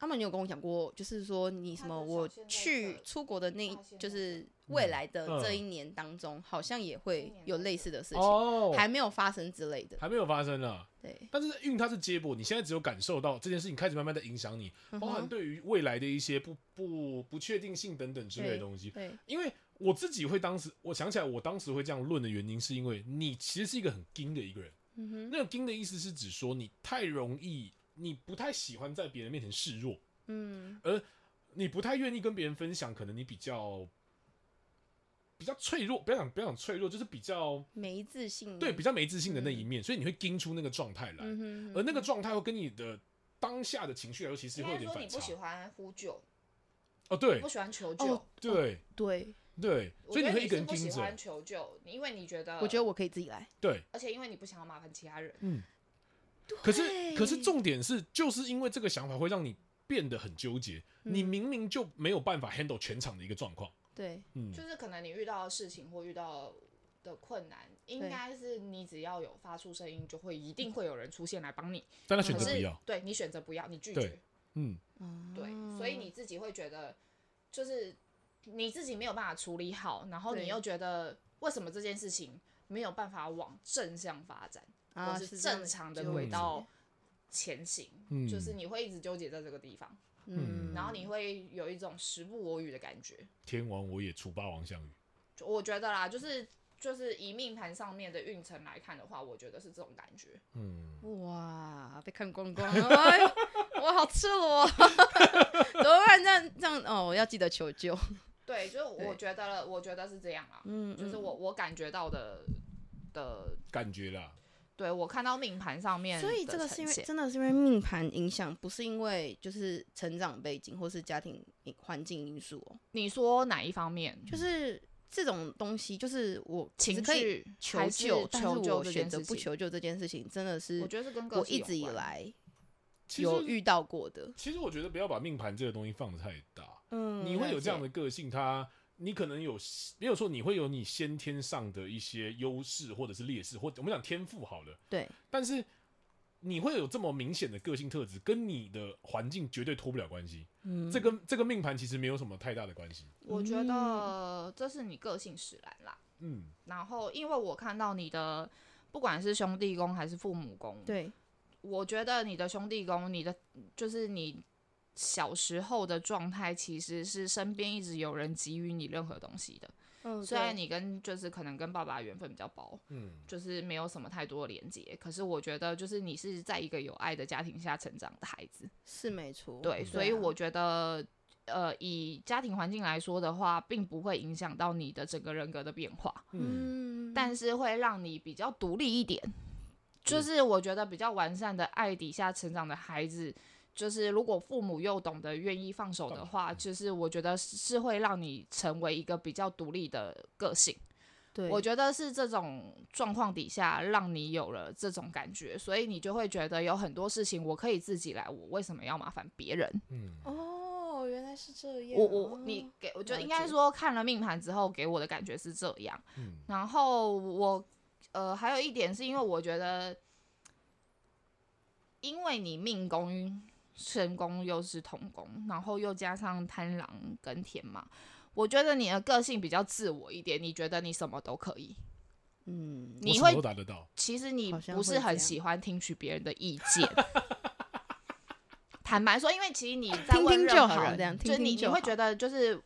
Speaker 2: 阿曼，你有跟我讲过，就是说你什
Speaker 4: 他
Speaker 2: 么，
Speaker 4: 的
Speaker 2: 我
Speaker 4: 小现在
Speaker 2: 去
Speaker 4: 的
Speaker 2: 出国的那一
Speaker 4: 大现，
Speaker 2: 就
Speaker 4: 在
Speaker 2: 是
Speaker 3: 的
Speaker 2: 未来的
Speaker 3: 嗯
Speaker 2: 这一年当中，好像也会有类似的事情，
Speaker 3: 哦，
Speaker 2: 还没有发生之类的。
Speaker 3: 还没有发生了。
Speaker 2: 对，
Speaker 3: 但是因为它是接驳，你现在只有感受到这件事情开始慢慢的影响你，
Speaker 2: 嗯
Speaker 3: 包含
Speaker 2: 哼，
Speaker 3: 对于未来的一些不不不确定性等等之类的东西。
Speaker 2: 对，
Speaker 3: 因为我自己会当时，我想起来我当时会这样论的原因，是因为你其实是一个很硬的一个人。
Speaker 2: 嗯哼，
Speaker 3: 那种硬的意思是指说你太容易，你不太喜欢在别人面前示弱，
Speaker 2: 嗯，
Speaker 3: 你不太愿意跟别人分享，可能你比较比较脆弱，不要讲不要讲脆弱，就是比较
Speaker 2: 没自
Speaker 4: 嗯
Speaker 2: 信，
Speaker 3: 对比较没自信的那一面，所以你会盯出那个状态来，
Speaker 2: 嗯哼，
Speaker 3: 而那个状态会跟你的当下的情绪来说，其实
Speaker 4: 应
Speaker 3: 会有
Speaker 4: 该
Speaker 3: 点
Speaker 4: 说你
Speaker 3: 反
Speaker 4: 不喜
Speaker 3: 差。
Speaker 4: 欢呼救，
Speaker 3: 哦，对
Speaker 4: 不喜欢求救。
Speaker 2: 哦
Speaker 3: 对
Speaker 2: 对，
Speaker 3: 对，
Speaker 4: 我
Speaker 3: 所以
Speaker 4: 觉
Speaker 3: 你
Speaker 4: 得
Speaker 3: 会
Speaker 4: 你
Speaker 3: 一个
Speaker 4: 是
Speaker 3: 人
Speaker 4: 不
Speaker 3: 盯
Speaker 4: 喜欢
Speaker 3: 着，
Speaker 4: 求救，你因为你觉得，
Speaker 2: 我觉得我可以自己来，
Speaker 3: 对，
Speaker 4: 而且因为你不想要麻烦其他人，
Speaker 3: 嗯。可是可是重点是，就是因为这个想法会让你变得很纠结，你
Speaker 2: 嗯
Speaker 3: 明明就没有办法 handle 全场的一个状况，
Speaker 2: 对，
Speaker 3: 嗯，
Speaker 4: 就是可能你遇到的事情或遇到的困难，应
Speaker 2: 对
Speaker 4: 该是你只要有发出声音，就会一定会有人出现来帮你。
Speaker 3: 但他
Speaker 4: 可
Speaker 3: 选择不
Speaker 4: 是
Speaker 3: 要，
Speaker 4: 对你选择不要，你拒
Speaker 3: 对
Speaker 4: 绝，
Speaker 3: 嗯，
Speaker 2: 哦
Speaker 4: 对，所以你
Speaker 2: 嗯
Speaker 4: 自己会觉得，就是你自己没有办法处理好，然后你
Speaker 2: 对
Speaker 4: 又觉得为什么这件事情没有办法往正向发展，
Speaker 2: 啊
Speaker 4: 或是正常的轨道，前行，
Speaker 3: 嗯
Speaker 4: 就是你会一直纠结在这个地方，
Speaker 2: 是这样嗯，
Speaker 4: 然后你会有一种时不我与的感觉。
Speaker 3: 天王我也出八王项羽，
Speaker 4: 就我觉得啦，就是就是以命盘上面的运程来看的话，我觉得是这种感觉。
Speaker 3: 嗯，
Speaker 2: 哇，被看光光，哎呦 我好赤裸， 怎么办？这样这样哦，我要记得求救，
Speaker 4: 对，就是我
Speaker 2: 对
Speaker 4: 觉得了，我觉得是这样啦，
Speaker 2: 嗯，
Speaker 4: 就是我我感觉到的的，
Speaker 3: 感觉啦，
Speaker 4: 对我看到命盘上面的
Speaker 2: 所
Speaker 4: 呈
Speaker 2: 以
Speaker 4: 现，
Speaker 2: 这个是因为真的是因为命盘影响，不是因为就是成长背景或是家庭因环境因素哦、
Speaker 4: 你说哪一方面？
Speaker 2: 就是这种东西，就是我其实
Speaker 4: 嗯情
Speaker 2: 可以
Speaker 4: 绪
Speaker 2: 求
Speaker 4: 还是
Speaker 2: 救，但是
Speaker 4: 求救
Speaker 2: 我
Speaker 4: 这
Speaker 2: 选
Speaker 4: 件
Speaker 2: 择
Speaker 4: 事
Speaker 2: 不
Speaker 4: 情，
Speaker 2: 求救这件事情，真的是
Speaker 4: 我觉得是跟个
Speaker 2: 我
Speaker 4: 性
Speaker 2: 一
Speaker 4: 有
Speaker 2: 直以
Speaker 4: 关，
Speaker 2: 来
Speaker 3: 其实
Speaker 2: 有遇到过的，
Speaker 3: 其实我觉得不要把命盘这个东西放得太大，
Speaker 2: 嗯，
Speaker 3: 你会有这样
Speaker 2: 了
Speaker 3: 的个性，它你可能有没有说你会有你先天上的一些优势或者是劣势，或我们讲天赋好了，
Speaker 2: 解对，
Speaker 3: 但是你会有这么明显的个性特质，跟你的环境绝对脱不了关系。
Speaker 2: 嗯，
Speaker 3: 这跟这个命盘其实没有什么太大的关系。
Speaker 4: 我觉
Speaker 2: 嗯
Speaker 4: 得这是你个性使然啦。
Speaker 3: 嗯，
Speaker 4: 然后，因为我看到你的，不管是兄弟宫还是父母宫，
Speaker 2: 对，
Speaker 4: 我觉得你的兄弟宫，你的就是你小时候的状态，其实是身边一直有人给予你任何东西的。
Speaker 2: 嗯，
Speaker 4: 虽然
Speaker 2: 对
Speaker 4: 你跟就是可能跟爸爸的缘分比较薄，
Speaker 3: 嗯，
Speaker 4: 就是没有什么太多的连接，可是我觉得就是你是在一个有爱的家庭下成长的孩子，
Speaker 2: 是没错，
Speaker 4: 对，所以
Speaker 2: 啊
Speaker 4: 我觉得。呃，以家庭环境来说的话，并不会影响到你的整个人格的变化。
Speaker 2: 嗯，
Speaker 4: 但是会让你比较独立一点。就是我觉得比较完善的爱底下成长的孩子，就是如果父母又懂得愿意放手的话，就是我觉得是是会让你成为一个比较独立的个性。
Speaker 2: 对，
Speaker 4: 我觉得是这种状况底下让你有了这种感觉，所以你就会觉得有很多事情我可以自己来，我为什么要麻烦别人？
Speaker 3: 嗯，
Speaker 2: 哦，原来是这样，
Speaker 4: 我我你给，我觉得
Speaker 2: 了
Speaker 4: 应该
Speaker 2: 解
Speaker 4: 说看了命盘之后给我的感觉是这样。
Speaker 3: 嗯
Speaker 4: 然后我呃还有一点是因为我觉得，因为你命宫、身宫又是同宫，然后又加上贪狼跟天马，我觉得你的个性比较自我一点，你觉得你什么都可以，
Speaker 2: 嗯，
Speaker 4: 你
Speaker 3: 我什么
Speaker 4: 会
Speaker 3: 都达得到。
Speaker 4: 其实你
Speaker 2: 好像
Speaker 4: 不
Speaker 2: 会
Speaker 4: 是
Speaker 2: 这
Speaker 4: 很
Speaker 2: 样
Speaker 4: 喜欢听取别人的意见。 坦白说，因为其实你在
Speaker 2: 听
Speaker 4: 问
Speaker 2: 听
Speaker 4: 任
Speaker 2: 就
Speaker 4: 何
Speaker 2: 好
Speaker 4: 人
Speaker 2: 这样
Speaker 4: 就是
Speaker 2: 听
Speaker 4: 你
Speaker 2: 听就
Speaker 4: 你会
Speaker 2: 好
Speaker 4: 觉得就是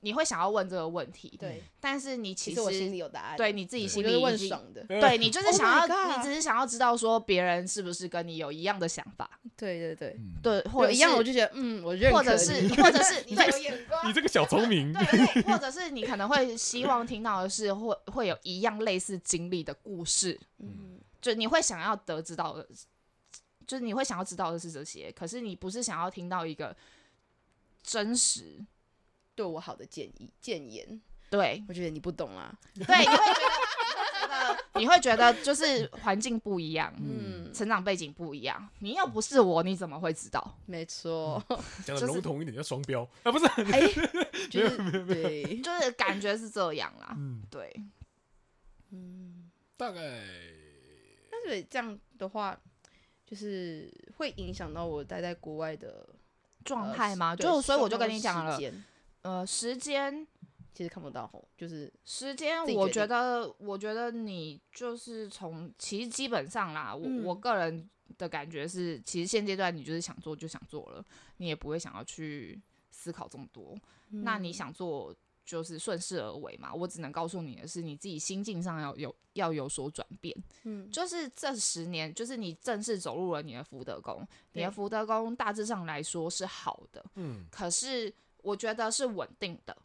Speaker 4: 你会想要问这个问题，
Speaker 2: 对，
Speaker 4: 但是你
Speaker 2: 其
Speaker 4: 其
Speaker 2: 实我心
Speaker 4: 实
Speaker 2: 里有答案，
Speaker 4: 对你自己
Speaker 3: 对
Speaker 4: 心
Speaker 2: 我就
Speaker 4: 里
Speaker 2: 是问
Speaker 4: 已经
Speaker 2: 爽 的，
Speaker 4: 对你就是
Speaker 2: Oh
Speaker 4: 想要
Speaker 2: my god
Speaker 4: 你只是想要知道说别人是不是跟你有一样的想法，
Speaker 2: 对对对，
Speaker 3: 嗯，
Speaker 4: 对，或者
Speaker 2: 有一样
Speaker 4: 是
Speaker 2: 我就觉得嗯，我认可
Speaker 4: 或者是
Speaker 2: 你
Speaker 4: 或者是对
Speaker 5: 眼光
Speaker 3: 你这个小聪明，
Speaker 4: 对，或或者是你可能会希望听到的是会会有一样类似经历的故事，
Speaker 2: 嗯
Speaker 4: 就你会想要得知到的，就是你会想要知道的是这些，可是你不是想要听到一个真实，
Speaker 2: 对我好的建议建言，
Speaker 4: 对
Speaker 2: 我觉得你不懂啦。
Speaker 4: 对，你会觉得你会觉得就是环境不一样，
Speaker 2: 嗯，
Speaker 4: 成长背景不一样，你又不是我，你怎么会知道？
Speaker 2: 没错，
Speaker 3: 讲的
Speaker 4: 就是
Speaker 3: 笼统一点叫双标啊，不是？
Speaker 2: 哎，就是 对，
Speaker 4: 就是感觉是这样啦。
Speaker 3: 嗯，
Speaker 4: 对，
Speaker 2: 嗯，
Speaker 3: 大概
Speaker 2: 但是这样的话，就是会影响到我待在国外的
Speaker 4: 状
Speaker 2: 呃
Speaker 4: 态吗？
Speaker 2: 对
Speaker 4: 就所以我就
Speaker 2: 状
Speaker 4: 跟
Speaker 2: 况
Speaker 4: 你讲
Speaker 2: 时
Speaker 4: 了，
Speaker 2: 间
Speaker 4: 呃，时间，
Speaker 2: 其实看不到吼，就是
Speaker 4: 时间
Speaker 2: 自，己
Speaker 4: 我
Speaker 2: 决
Speaker 4: 觉
Speaker 2: 定
Speaker 4: 得，我觉得你就是从，其实基本上啦，我、
Speaker 2: 嗯
Speaker 4: 我个人的感觉是，其实现阶段你就是想做就想做了，你也不会想要去思考这么多。那
Speaker 2: 嗯
Speaker 4: 你想做就是顺势而为嘛。我只能告诉你的是，你自己心境上要有要有所转变。
Speaker 2: 嗯，
Speaker 4: 就是这十年，就是你正式走入了你的福德宫，你
Speaker 2: 对
Speaker 4: 的福德宫大致上来说是好的，
Speaker 3: 嗯
Speaker 4: 可是我觉得是稳定的，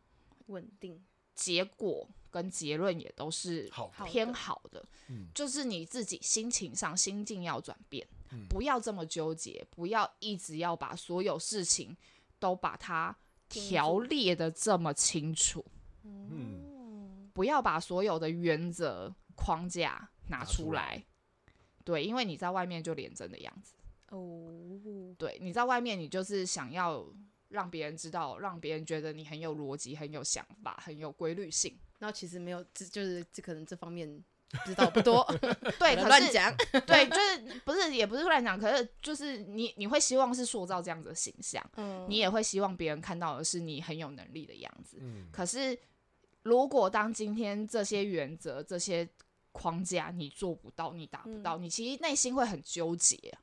Speaker 2: 稳定，
Speaker 4: 结果跟结论也都是
Speaker 3: 好的
Speaker 2: 好
Speaker 4: 偏
Speaker 2: 的
Speaker 4: 好的，
Speaker 3: 嗯
Speaker 4: 就是你自己心情上心境要转变，
Speaker 3: 嗯
Speaker 4: 不要这么纠结，不要一直要把所有事情都把它
Speaker 2: 盯
Speaker 4: 条
Speaker 2: 住
Speaker 4: 列的这么清楚，
Speaker 3: 嗯，
Speaker 2: 嗯，
Speaker 4: 不要把所有的原则框架拿
Speaker 3: 拿出
Speaker 4: 出来。对，因为你在外面就连真的样子。
Speaker 2: 哦，
Speaker 4: 对，你在外面，你就是想要让别人知道，让别人觉得你很有逻辑、很有想法、很有规律 性。
Speaker 2: 然后其实没有，这就是这可能这方面知道 不多，哎
Speaker 4: 对，可
Speaker 2: 乱
Speaker 4: 是
Speaker 2: 讲，
Speaker 4: 对，就是不是也不是乱讲，可是就是你你会希望是塑造这样子的形象，
Speaker 2: 嗯
Speaker 4: 你也会希望别人看到的是你很有能力的样子。
Speaker 3: 嗯
Speaker 4: 可是如果当今天这些原则、这些框架你做不到，你达不到，你其实内心会很纠结。啊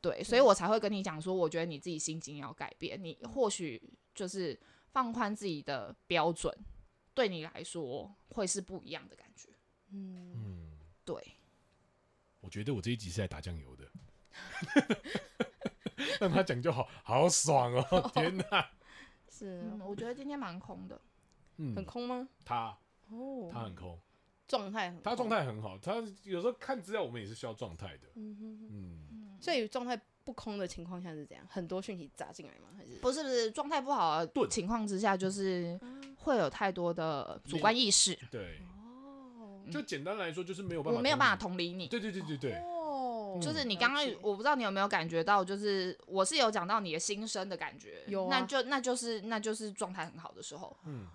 Speaker 4: 对，所以我才会跟你讲说，我觉得你自己心境要改变，你或许就是放宽自己的标准，对你来说会是不一样的感觉。
Speaker 2: 嗯，
Speaker 3: 嗯，
Speaker 4: 对，
Speaker 3: 我觉得我这一集是在打酱油的， 让他讲就好，好爽哦！天哪，
Speaker 2: 是
Speaker 4: 嗯，我觉得今天蛮空的。
Speaker 2: 很
Speaker 3: 嗯，
Speaker 2: 空吗？
Speaker 3: 他
Speaker 2: 哦，
Speaker 3: 他很空，
Speaker 2: 状态很，
Speaker 3: 他状，态很好，他有时候看资料我们也是需要状态的，
Speaker 2: 嗯哼哼，
Speaker 3: 嗯，
Speaker 2: 所以状态不空的情况下是怎样？很多讯息砸进来吗？还是
Speaker 4: 不是不是，状态不好的
Speaker 3: 顿
Speaker 4: 情况之下，就是会有太多的主观意识，
Speaker 3: 对，
Speaker 2: 哦
Speaker 3: 就简单来说就是没有办法，
Speaker 4: 我没有办法，同理你。
Speaker 3: 对对对对对，
Speaker 2: 哦
Speaker 4: 就是
Speaker 2: 嗯
Speaker 4: 你
Speaker 2: 了
Speaker 4: 刚刚
Speaker 2: 解，
Speaker 4: 我不知道你有没有感觉到，就是我是有讲到你的心声的感觉，
Speaker 2: 有啊
Speaker 4: 那就那就是那就是状态很好的时候，
Speaker 3: 嗯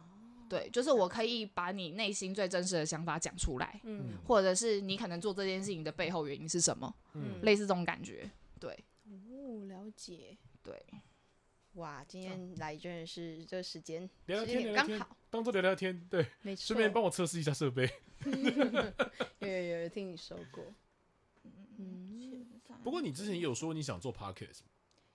Speaker 4: 对，就是我可以把你内心最真实的想法讲出来，
Speaker 2: 嗯
Speaker 4: 或者是你可能做这件事情的背后原因是什么，
Speaker 3: 嗯，
Speaker 4: 类似这种感觉，对
Speaker 2: 哦，了解。
Speaker 4: 对，
Speaker 2: 哇，今天来真的是这个时间，
Speaker 3: 聊聊
Speaker 2: 时间
Speaker 3: 天
Speaker 2: 也
Speaker 3: 聊聊
Speaker 2: 刚
Speaker 3: 天，
Speaker 2: 好，
Speaker 3: 当做聊聊天，对，
Speaker 2: 没错。
Speaker 3: 顺便帮我测试一下设备。
Speaker 2: 有有有听你说过，嗯，
Speaker 3: 不过你之前也有说你想做 podcast，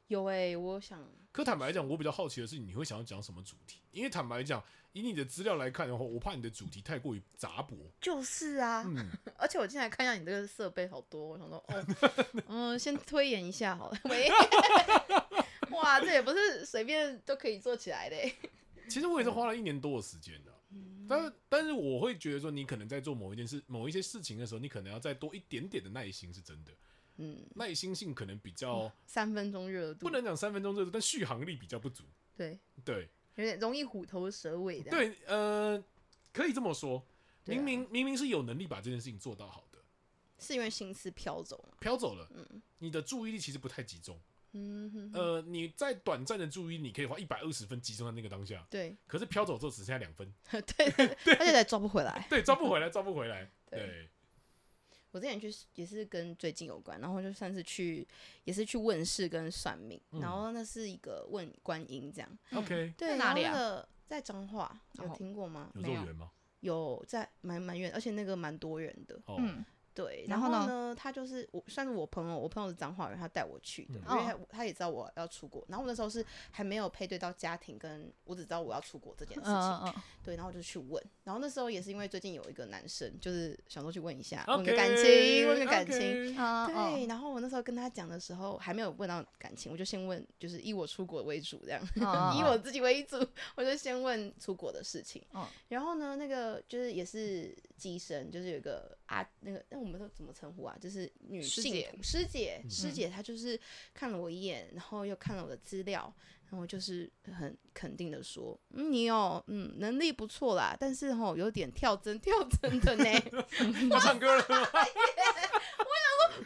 Speaker 2: 有哎、我想
Speaker 3: 可坦白讲，我比较好奇的是你会想要讲什么主题？因为坦白讲，以你的资料来看的话，我怕你的主题太过于杂博。
Speaker 2: 就是啊，
Speaker 3: 嗯，
Speaker 2: 而且我进来看一下你这个设备好多，我想说，哦，嗯，先推演一下好了。喂， 哇，这也不是随便都可以做起来的欸。
Speaker 3: 其实我也是花了一年多的时间的、
Speaker 2: 嗯
Speaker 3: 但但是我会觉得说，你可能在做某一件事、某一些事情的时候，你可能要再多一点点的耐心，是真的。
Speaker 2: 嗯，
Speaker 3: 耐心性可能比较
Speaker 2: 三分钟热度，
Speaker 3: 不能讲三分钟热度，但续航力比较不足。
Speaker 2: 对，
Speaker 3: 对
Speaker 2: 有点容易虎头蛇尾的。，
Speaker 3: 对，呃，可以这么说，
Speaker 2: 对啊
Speaker 3: 明明明明是有能力把这件事情做到好的，
Speaker 2: 是因为心思飘走嘛。
Speaker 3: 飘走了，你的注意力其实不太集中。
Speaker 2: 嗯哼哼，
Speaker 3: 呃，你在短暂的注意，你可以花一百二十分集中在那个当下，
Speaker 2: 对
Speaker 3: 可是飘走之后只剩下两分，
Speaker 2: 对对，而且也抓不回来。
Speaker 3: 对，抓不回来，抓不回来，
Speaker 2: 对
Speaker 3: 对，
Speaker 2: 我之前就是也是跟最近有关，然后就上次去也是去问事跟算命，然后那是一个问观音这样。
Speaker 3: OK，
Speaker 2: 对，
Speaker 4: 哪里啊
Speaker 2: 然后那个在彰化，有
Speaker 4: 哦
Speaker 2: 听过吗？
Speaker 3: 有肉圆吗？
Speaker 2: 有在蛮蛮远，而且那个蛮多人的。
Speaker 3: 哦，
Speaker 4: 嗯，
Speaker 2: 对，
Speaker 4: 然
Speaker 2: 后
Speaker 4: 后呢
Speaker 2: 呢，他就是我算是我朋友，我朋友是彰化人，他带我去的，
Speaker 4: 嗯
Speaker 2: 因为他他也知道我要出国，然后我那时候是还没有配对到家庭跟，我只知道我要出国这件事情，
Speaker 4: 嗯
Speaker 2: 对，然后我就去问，然后那时候也是因为最近有一个男生，就是想说去问一下
Speaker 3: OK，
Speaker 2: 问个感情，问个感情。
Speaker 4: 嗯
Speaker 3: OK
Speaker 4: 嗯
Speaker 2: 对，然后我那时候跟他讲的时候，还没有问到感情，我就先问，就是以我出国为主这样。
Speaker 4: 嗯
Speaker 2: 以我自己为主，我就先问出国的事情。
Speaker 4: 嗯
Speaker 2: 然后呢，那个就是也是机身，就是有一个啊，那个那我我们都怎么称呼啊？就是女
Speaker 4: 师
Speaker 2: 性
Speaker 4: 姐嗯
Speaker 2: 徒师姐，师姐她就是看了我一眼，然后又看了我的资料，然后就是很肯定的说，嗯，你有嗯能力不错啦，但是吼有点跳针跳针的呢。
Speaker 3: 他唱歌了 吗？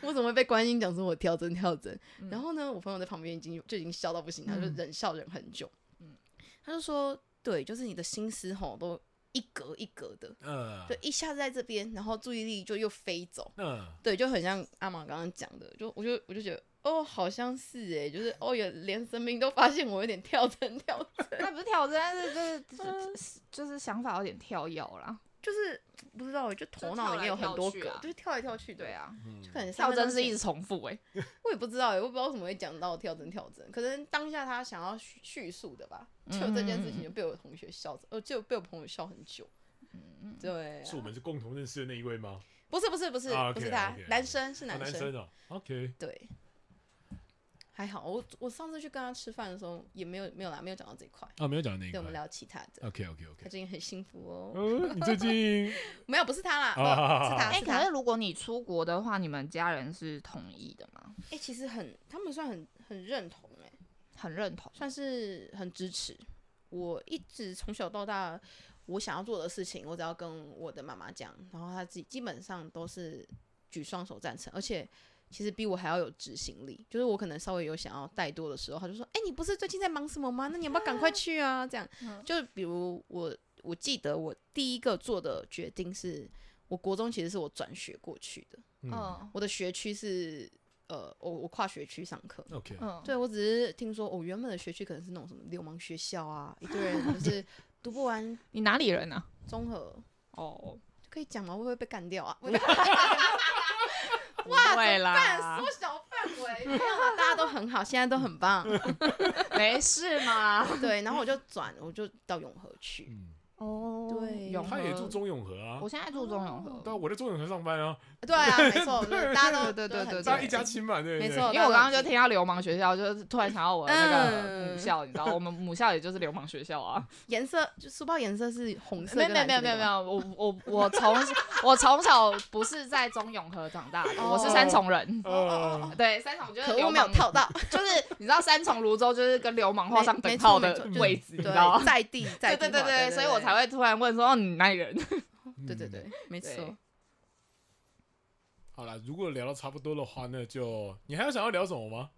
Speaker 2: 我怎么会被关心讲说我跳针跳针？
Speaker 4: 嗯
Speaker 2: 然后呢，我朋友在旁边已经就已经笑到不行，他就忍笑忍很久。嗯，他就说，对，就是你的心思吼都一格一格的，
Speaker 3: 嗯
Speaker 2: 对，一下子在这边，然后注意力就又飞走。
Speaker 3: 嗯，
Speaker 2: 对，就很像阿玛刚刚讲的，就我就我就觉得，哦，好像是哎、就是哦，也连神明都发现我有点跳针跳针，
Speaker 4: 那不是跳针，但是就是就是就是想法有点跳跃啦。
Speaker 2: 就是不知道，就头
Speaker 4: 就跳
Speaker 2: 脑里面
Speaker 4: 来
Speaker 2: 有很
Speaker 4: 跳
Speaker 2: 多
Speaker 4: 去
Speaker 2: 个，
Speaker 4: 啊
Speaker 2: 就是跳来跳去的，
Speaker 4: 对，啊，
Speaker 2: 就可能
Speaker 4: 跳
Speaker 2: 上班
Speaker 4: 针
Speaker 2: 当
Speaker 4: 是
Speaker 2: 前
Speaker 4: 一直重复哎、
Speaker 2: 我也不知道哎、我不知道为什么会讲到跳针跳针，可能当下他想要叙叙述的吧，就这
Speaker 4: 嗯
Speaker 2: 件事情就被我同学笑着，呃，就被我朋友笑很久。
Speaker 4: 嗯
Speaker 2: 对啊、
Speaker 3: 是我们是共同认识的那一位吗？
Speaker 2: 不是不是不是、
Speaker 3: 啊
Speaker 2: 不是
Speaker 3: OK，
Speaker 2: 他
Speaker 3: OK，
Speaker 2: 男生是
Speaker 3: 哦
Speaker 2: 男
Speaker 3: 男生哦，OK，
Speaker 2: 对，还好。我我上次去跟他吃饭的时候也没有没有啦，没有讲到这一块。
Speaker 3: 啊，没有讲那一
Speaker 2: 对，
Speaker 3: 块
Speaker 2: 我们聊其他的。
Speaker 3: OK OK
Speaker 2: 他
Speaker 3: OK。
Speaker 2: 最近很幸福哦，
Speaker 3: 嗯，你最近
Speaker 2: 没有，不是他啦，
Speaker 3: 啊好好
Speaker 2: 哦是他，
Speaker 4: 哎、
Speaker 2: 是他。
Speaker 4: 可
Speaker 2: 哎
Speaker 4: 是、如果你出国的话，你们家人是同意的吗？
Speaker 2: 哎其实很，他们算很很认同哎、
Speaker 4: 很认同。
Speaker 2: 算是很支持。我一直从小到大，我想要做的事情，我只要跟我的妈妈讲，然后她自己基本上都是举双手赞成，而且其实比我还要有执行力。就是我可能稍微有想要怠惰的时候，她就说：“哎、你不是最近在忙什么吗？那你要不要赶快去啊？”这样，就比如我，我记得我第一个做的决定是，我国中其实是我转学过去的，
Speaker 4: 嗯
Speaker 2: 我的学区是呃，我我跨学区上课，
Speaker 3: OK，
Speaker 4: 嗯，
Speaker 2: 对，我只是听说，我、原本的学区可能是那种什么流氓学校啊，一堆人就是读不完
Speaker 4: 你哪里人啊？
Speaker 2: 综合，
Speaker 4: 哦，
Speaker 2: 可以讲吗？会不会被干掉啊？
Speaker 4: 不会啦，
Speaker 2: 小范 围，没有啦大家都很好，现在都很棒。
Speaker 4: 没事嘛。
Speaker 2: 对，然后我就转，我就到永和去。
Speaker 3: 嗯，
Speaker 4: 哦
Speaker 2: 对
Speaker 4: 永和
Speaker 3: 他也住中永和啊
Speaker 4: 我，现在住中永和，
Speaker 3: 对啊，我在中永和上班啊，
Speaker 2: 对啊，没错，就是大家都
Speaker 4: 对对
Speaker 2: 都很
Speaker 4: 对对
Speaker 3: 大
Speaker 4: 对
Speaker 3: 家一家亲嘛，对不对？
Speaker 2: 没错
Speaker 4: 因为我刚刚就听到流氓学校，就是突然想到我的那个
Speaker 2: 嗯
Speaker 4: 母校，你知道，我们母校也就是流氓学校 啊。
Speaker 2: 颜色，就书包颜色是红色
Speaker 4: 没有
Speaker 2: 跟
Speaker 4: 没有
Speaker 2: 蓝色的吗。
Speaker 4: 没有没有没有，我我我从我从小不是在中永和长大的，
Speaker 2: 哦
Speaker 4: 我是三重人。
Speaker 3: 呃，
Speaker 4: 对，三重哦就是
Speaker 2: 可恶
Speaker 4: 流
Speaker 2: 没有
Speaker 4: 氓，
Speaker 2: 套到，
Speaker 4: 就是你知道三重泸州就是跟流氓画上
Speaker 2: 没
Speaker 4: 等
Speaker 2: 没错
Speaker 4: 号
Speaker 2: 没
Speaker 4: 的
Speaker 2: 错就是
Speaker 4: 位置，你知道
Speaker 2: 对，
Speaker 4: 吗？
Speaker 2: 在地在
Speaker 4: 对
Speaker 2: 地
Speaker 4: 对
Speaker 2: 化，
Speaker 4: 对对，所以我才
Speaker 2: 会，
Speaker 4: 会突然问说哦你哪里人？
Speaker 3: 嗯
Speaker 2: 对对对，没
Speaker 4: 对
Speaker 2: 错。
Speaker 3: 好啦，如果聊到差不多的话，那就你还有想要聊什么吗？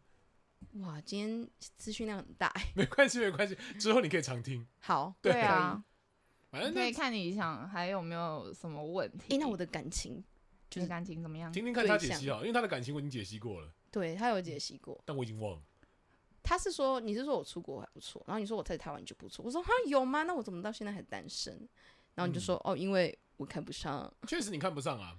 Speaker 2: 哇，今天资讯量很大欸，
Speaker 3: 没关系，没关系，之后你可以常听。
Speaker 2: 好，
Speaker 3: 对
Speaker 4: 对啊，
Speaker 3: 反
Speaker 4: 你
Speaker 3: 正
Speaker 4: 可以
Speaker 3: 哎那
Speaker 4: 看你想还有没有什么问题。
Speaker 2: 哎，那我的感情
Speaker 4: 就是感情怎么样？
Speaker 3: 听听看他解析啊，因为他的感情我已经解析过了，
Speaker 2: 对他有解析过，
Speaker 3: 但我已经忘了。
Speaker 2: 他是说你是说我出国还不错，然后你说我在台湾就不错，我说哈有吗？那我怎么到现在还单身？然后你就说、哦，因为我看不上，
Speaker 3: 确实你看不上啊，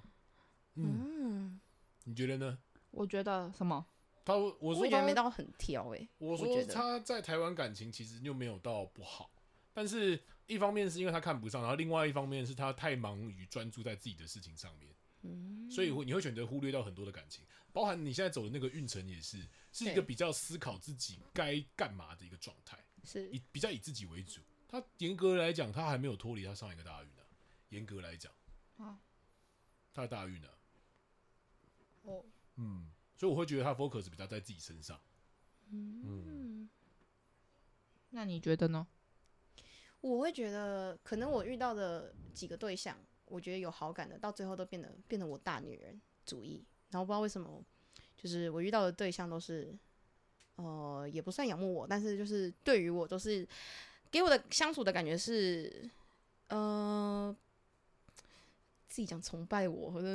Speaker 3: 嗯，
Speaker 2: 嗯，
Speaker 3: 你觉得呢？
Speaker 4: 我觉得什么？
Speaker 3: 他我
Speaker 2: 我
Speaker 3: 说
Speaker 2: 觉得没
Speaker 3: 他，
Speaker 2: 到很挑哎、
Speaker 3: 我
Speaker 2: 我
Speaker 3: 说
Speaker 2: 觉得
Speaker 3: 他在台湾感情其实又没有到不好，但是一方面是因为他看不上，然后另外一方面是他太忙于专注在自己的事情上面，
Speaker 2: 嗯，
Speaker 3: 所以会你会选择忽略到很多的感情，包含你现在走的那个运程也是，是一个
Speaker 2: 对
Speaker 3: 比较思考自己该干嘛的一个状态。
Speaker 2: 是
Speaker 3: 以比较以自己为主。他严格来讲，他还没有脱离他上一个大运呢、严格来讲，
Speaker 2: 哦
Speaker 4: 啊
Speaker 3: 他的大运呢、啊，
Speaker 4: 哦，
Speaker 3: 嗯，所以我会觉得他 focus 比较在自己身上。
Speaker 2: 嗯
Speaker 4: 那你觉得呢？
Speaker 2: 我会觉得可能我遇到的几个对象，我觉得有好感的，到最后都变得变得我大女人主义，然后不知道为什么，就是我遇到的对象都是，呃，也不算仰慕我，但是就是对于我都是给我的相处的感觉是，呃。自己讲崇拜我，或 者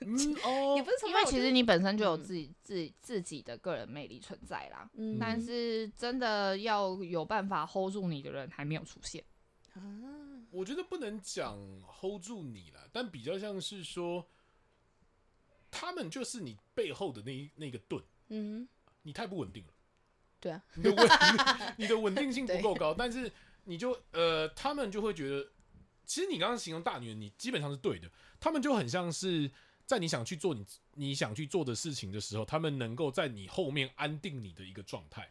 Speaker 3: 嗯哦
Speaker 2: 也，不是崇
Speaker 4: 因
Speaker 2: 拜
Speaker 4: 为
Speaker 2: 我，
Speaker 4: 其实你本身就
Speaker 3: 嗯
Speaker 4: 有自己、自己自己的个人魅力存在啦，
Speaker 2: 嗯
Speaker 4: 但是真的要有办法 hold 住你的人还没有出 现。
Speaker 3: 我觉得不能讲 hold 住你了，但比较像是说，他们就是你背后的那一那个盾，
Speaker 2: 嗯，
Speaker 3: 你太不稳定了。
Speaker 2: 对啊，
Speaker 3: 你的稳你的稳定性不够高，但是你就呃，他们就会觉得，其实你刚刚形容大女人，你基本上是对的。他们就很像是在你想去做你你想去做的事情的时候，他们能够在你后面安定你的一个状态。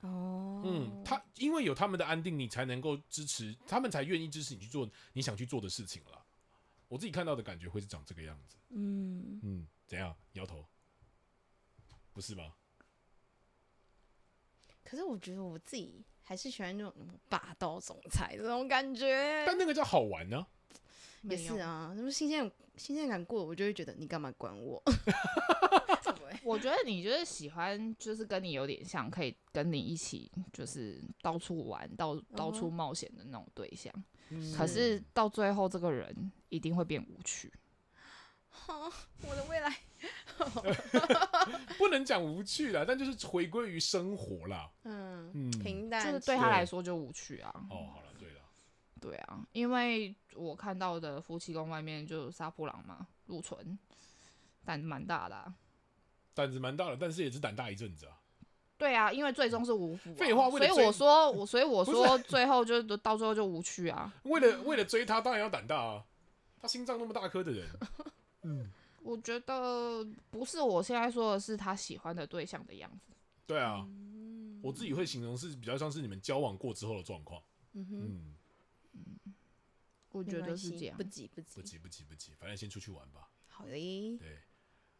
Speaker 2: 哦，
Speaker 3: 嗯，他因为有他们的安定，你才能够支持，他们才愿意支持你去做你想去做的事情了。我自己看到的感觉会是长这个样子。
Speaker 2: 嗯，
Speaker 3: 嗯，怎样？摇头？不是吧？
Speaker 2: 可是我觉得我自己还是喜欢那种嗯霸道总裁这种感觉。
Speaker 3: 但那个叫好玩呢、
Speaker 4: 没
Speaker 2: 也是
Speaker 4: 有
Speaker 2: 啊，什么新鲜新鲜感过了，我就会觉得你干嘛管我？ 怎么会
Speaker 4: 我觉得你就是喜欢，就是跟你有点像，可以跟你一起就是到处玩、到到
Speaker 2: 嗯
Speaker 4: 处
Speaker 2: 哼
Speaker 4: 冒险的那种对象。
Speaker 3: 嗯
Speaker 4: 可是到最后，这个人一定会变无趣。
Speaker 2: 我的未来
Speaker 3: 不能讲无趣啦，但就是回归于生活啦。
Speaker 2: 嗯，
Speaker 3: 嗯，
Speaker 2: 平
Speaker 4: 就是
Speaker 2: 淡
Speaker 4: 对他
Speaker 3: 对
Speaker 4: 来说就无趣啊。
Speaker 3: 哦，好了，对了，
Speaker 4: 对啊，因为我看到的夫妻宫外面就杀破狼嘛，陆纯，胆蛮大的啊、
Speaker 3: 胆子蛮大的，但是也只胆大一阵子啊。
Speaker 4: 对啊，因为最终是无福、啊。
Speaker 3: 废话为
Speaker 4: 所
Speaker 3: 了
Speaker 4: 以
Speaker 3: 追
Speaker 4: 我说我，所以我
Speaker 3: 不是啊
Speaker 4: 说，最后就到最后就无趣啊。
Speaker 3: 为
Speaker 2: 嗯
Speaker 3: 了为了追他，当然要胆大啊。他心脏那么大 颗的人，嗯，
Speaker 4: 我觉得不是我现在说的是他喜欢的对象的样子。
Speaker 3: 对啊，
Speaker 2: 嗯
Speaker 3: 我自己会形容是比较像是你们交往过之后的状况。
Speaker 2: 嗯哼，
Speaker 3: 嗯，
Speaker 4: 我
Speaker 2: 没
Speaker 4: 觉得
Speaker 2: 关
Speaker 4: 是
Speaker 2: 系
Speaker 4: 这样
Speaker 2: 不。急不急
Speaker 3: 不，急不急不急，反正先出去玩吧。
Speaker 2: 好嘞，
Speaker 3: 对，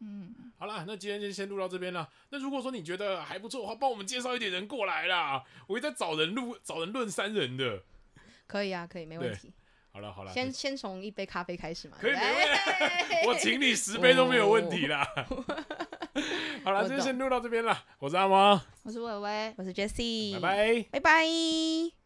Speaker 4: 嗯，
Speaker 3: 好啦，那今天就先录到这边啦。那如果说你觉得还不错的话，帮我们介绍一点人过来啦。我一直在找人录，找人论三人的。
Speaker 2: 可以啊，可以，没问
Speaker 3: 对
Speaker 2: 题。
Speaker 3: 好了好了，
Speaker 2: 先先从一杯咖啡开始嘛，
Speaker 3: 可以
Speaker 2: 对不
Speaker 3: 没
Speaker 2: 对
Speaker 3: 我请你十杯都没有问题啦。 好
Speaker 2: 哦我
Speaker 3: 了，今
Speaker 2: 懂
Speaker 3: 天先录到这边啦。我是阿猫，
Speaker 4: 我是伟伟，
Speaker 2: 嗯我是 Jessie，
Speaker 3: 拜，拜。
Speaker 2: 拜拜。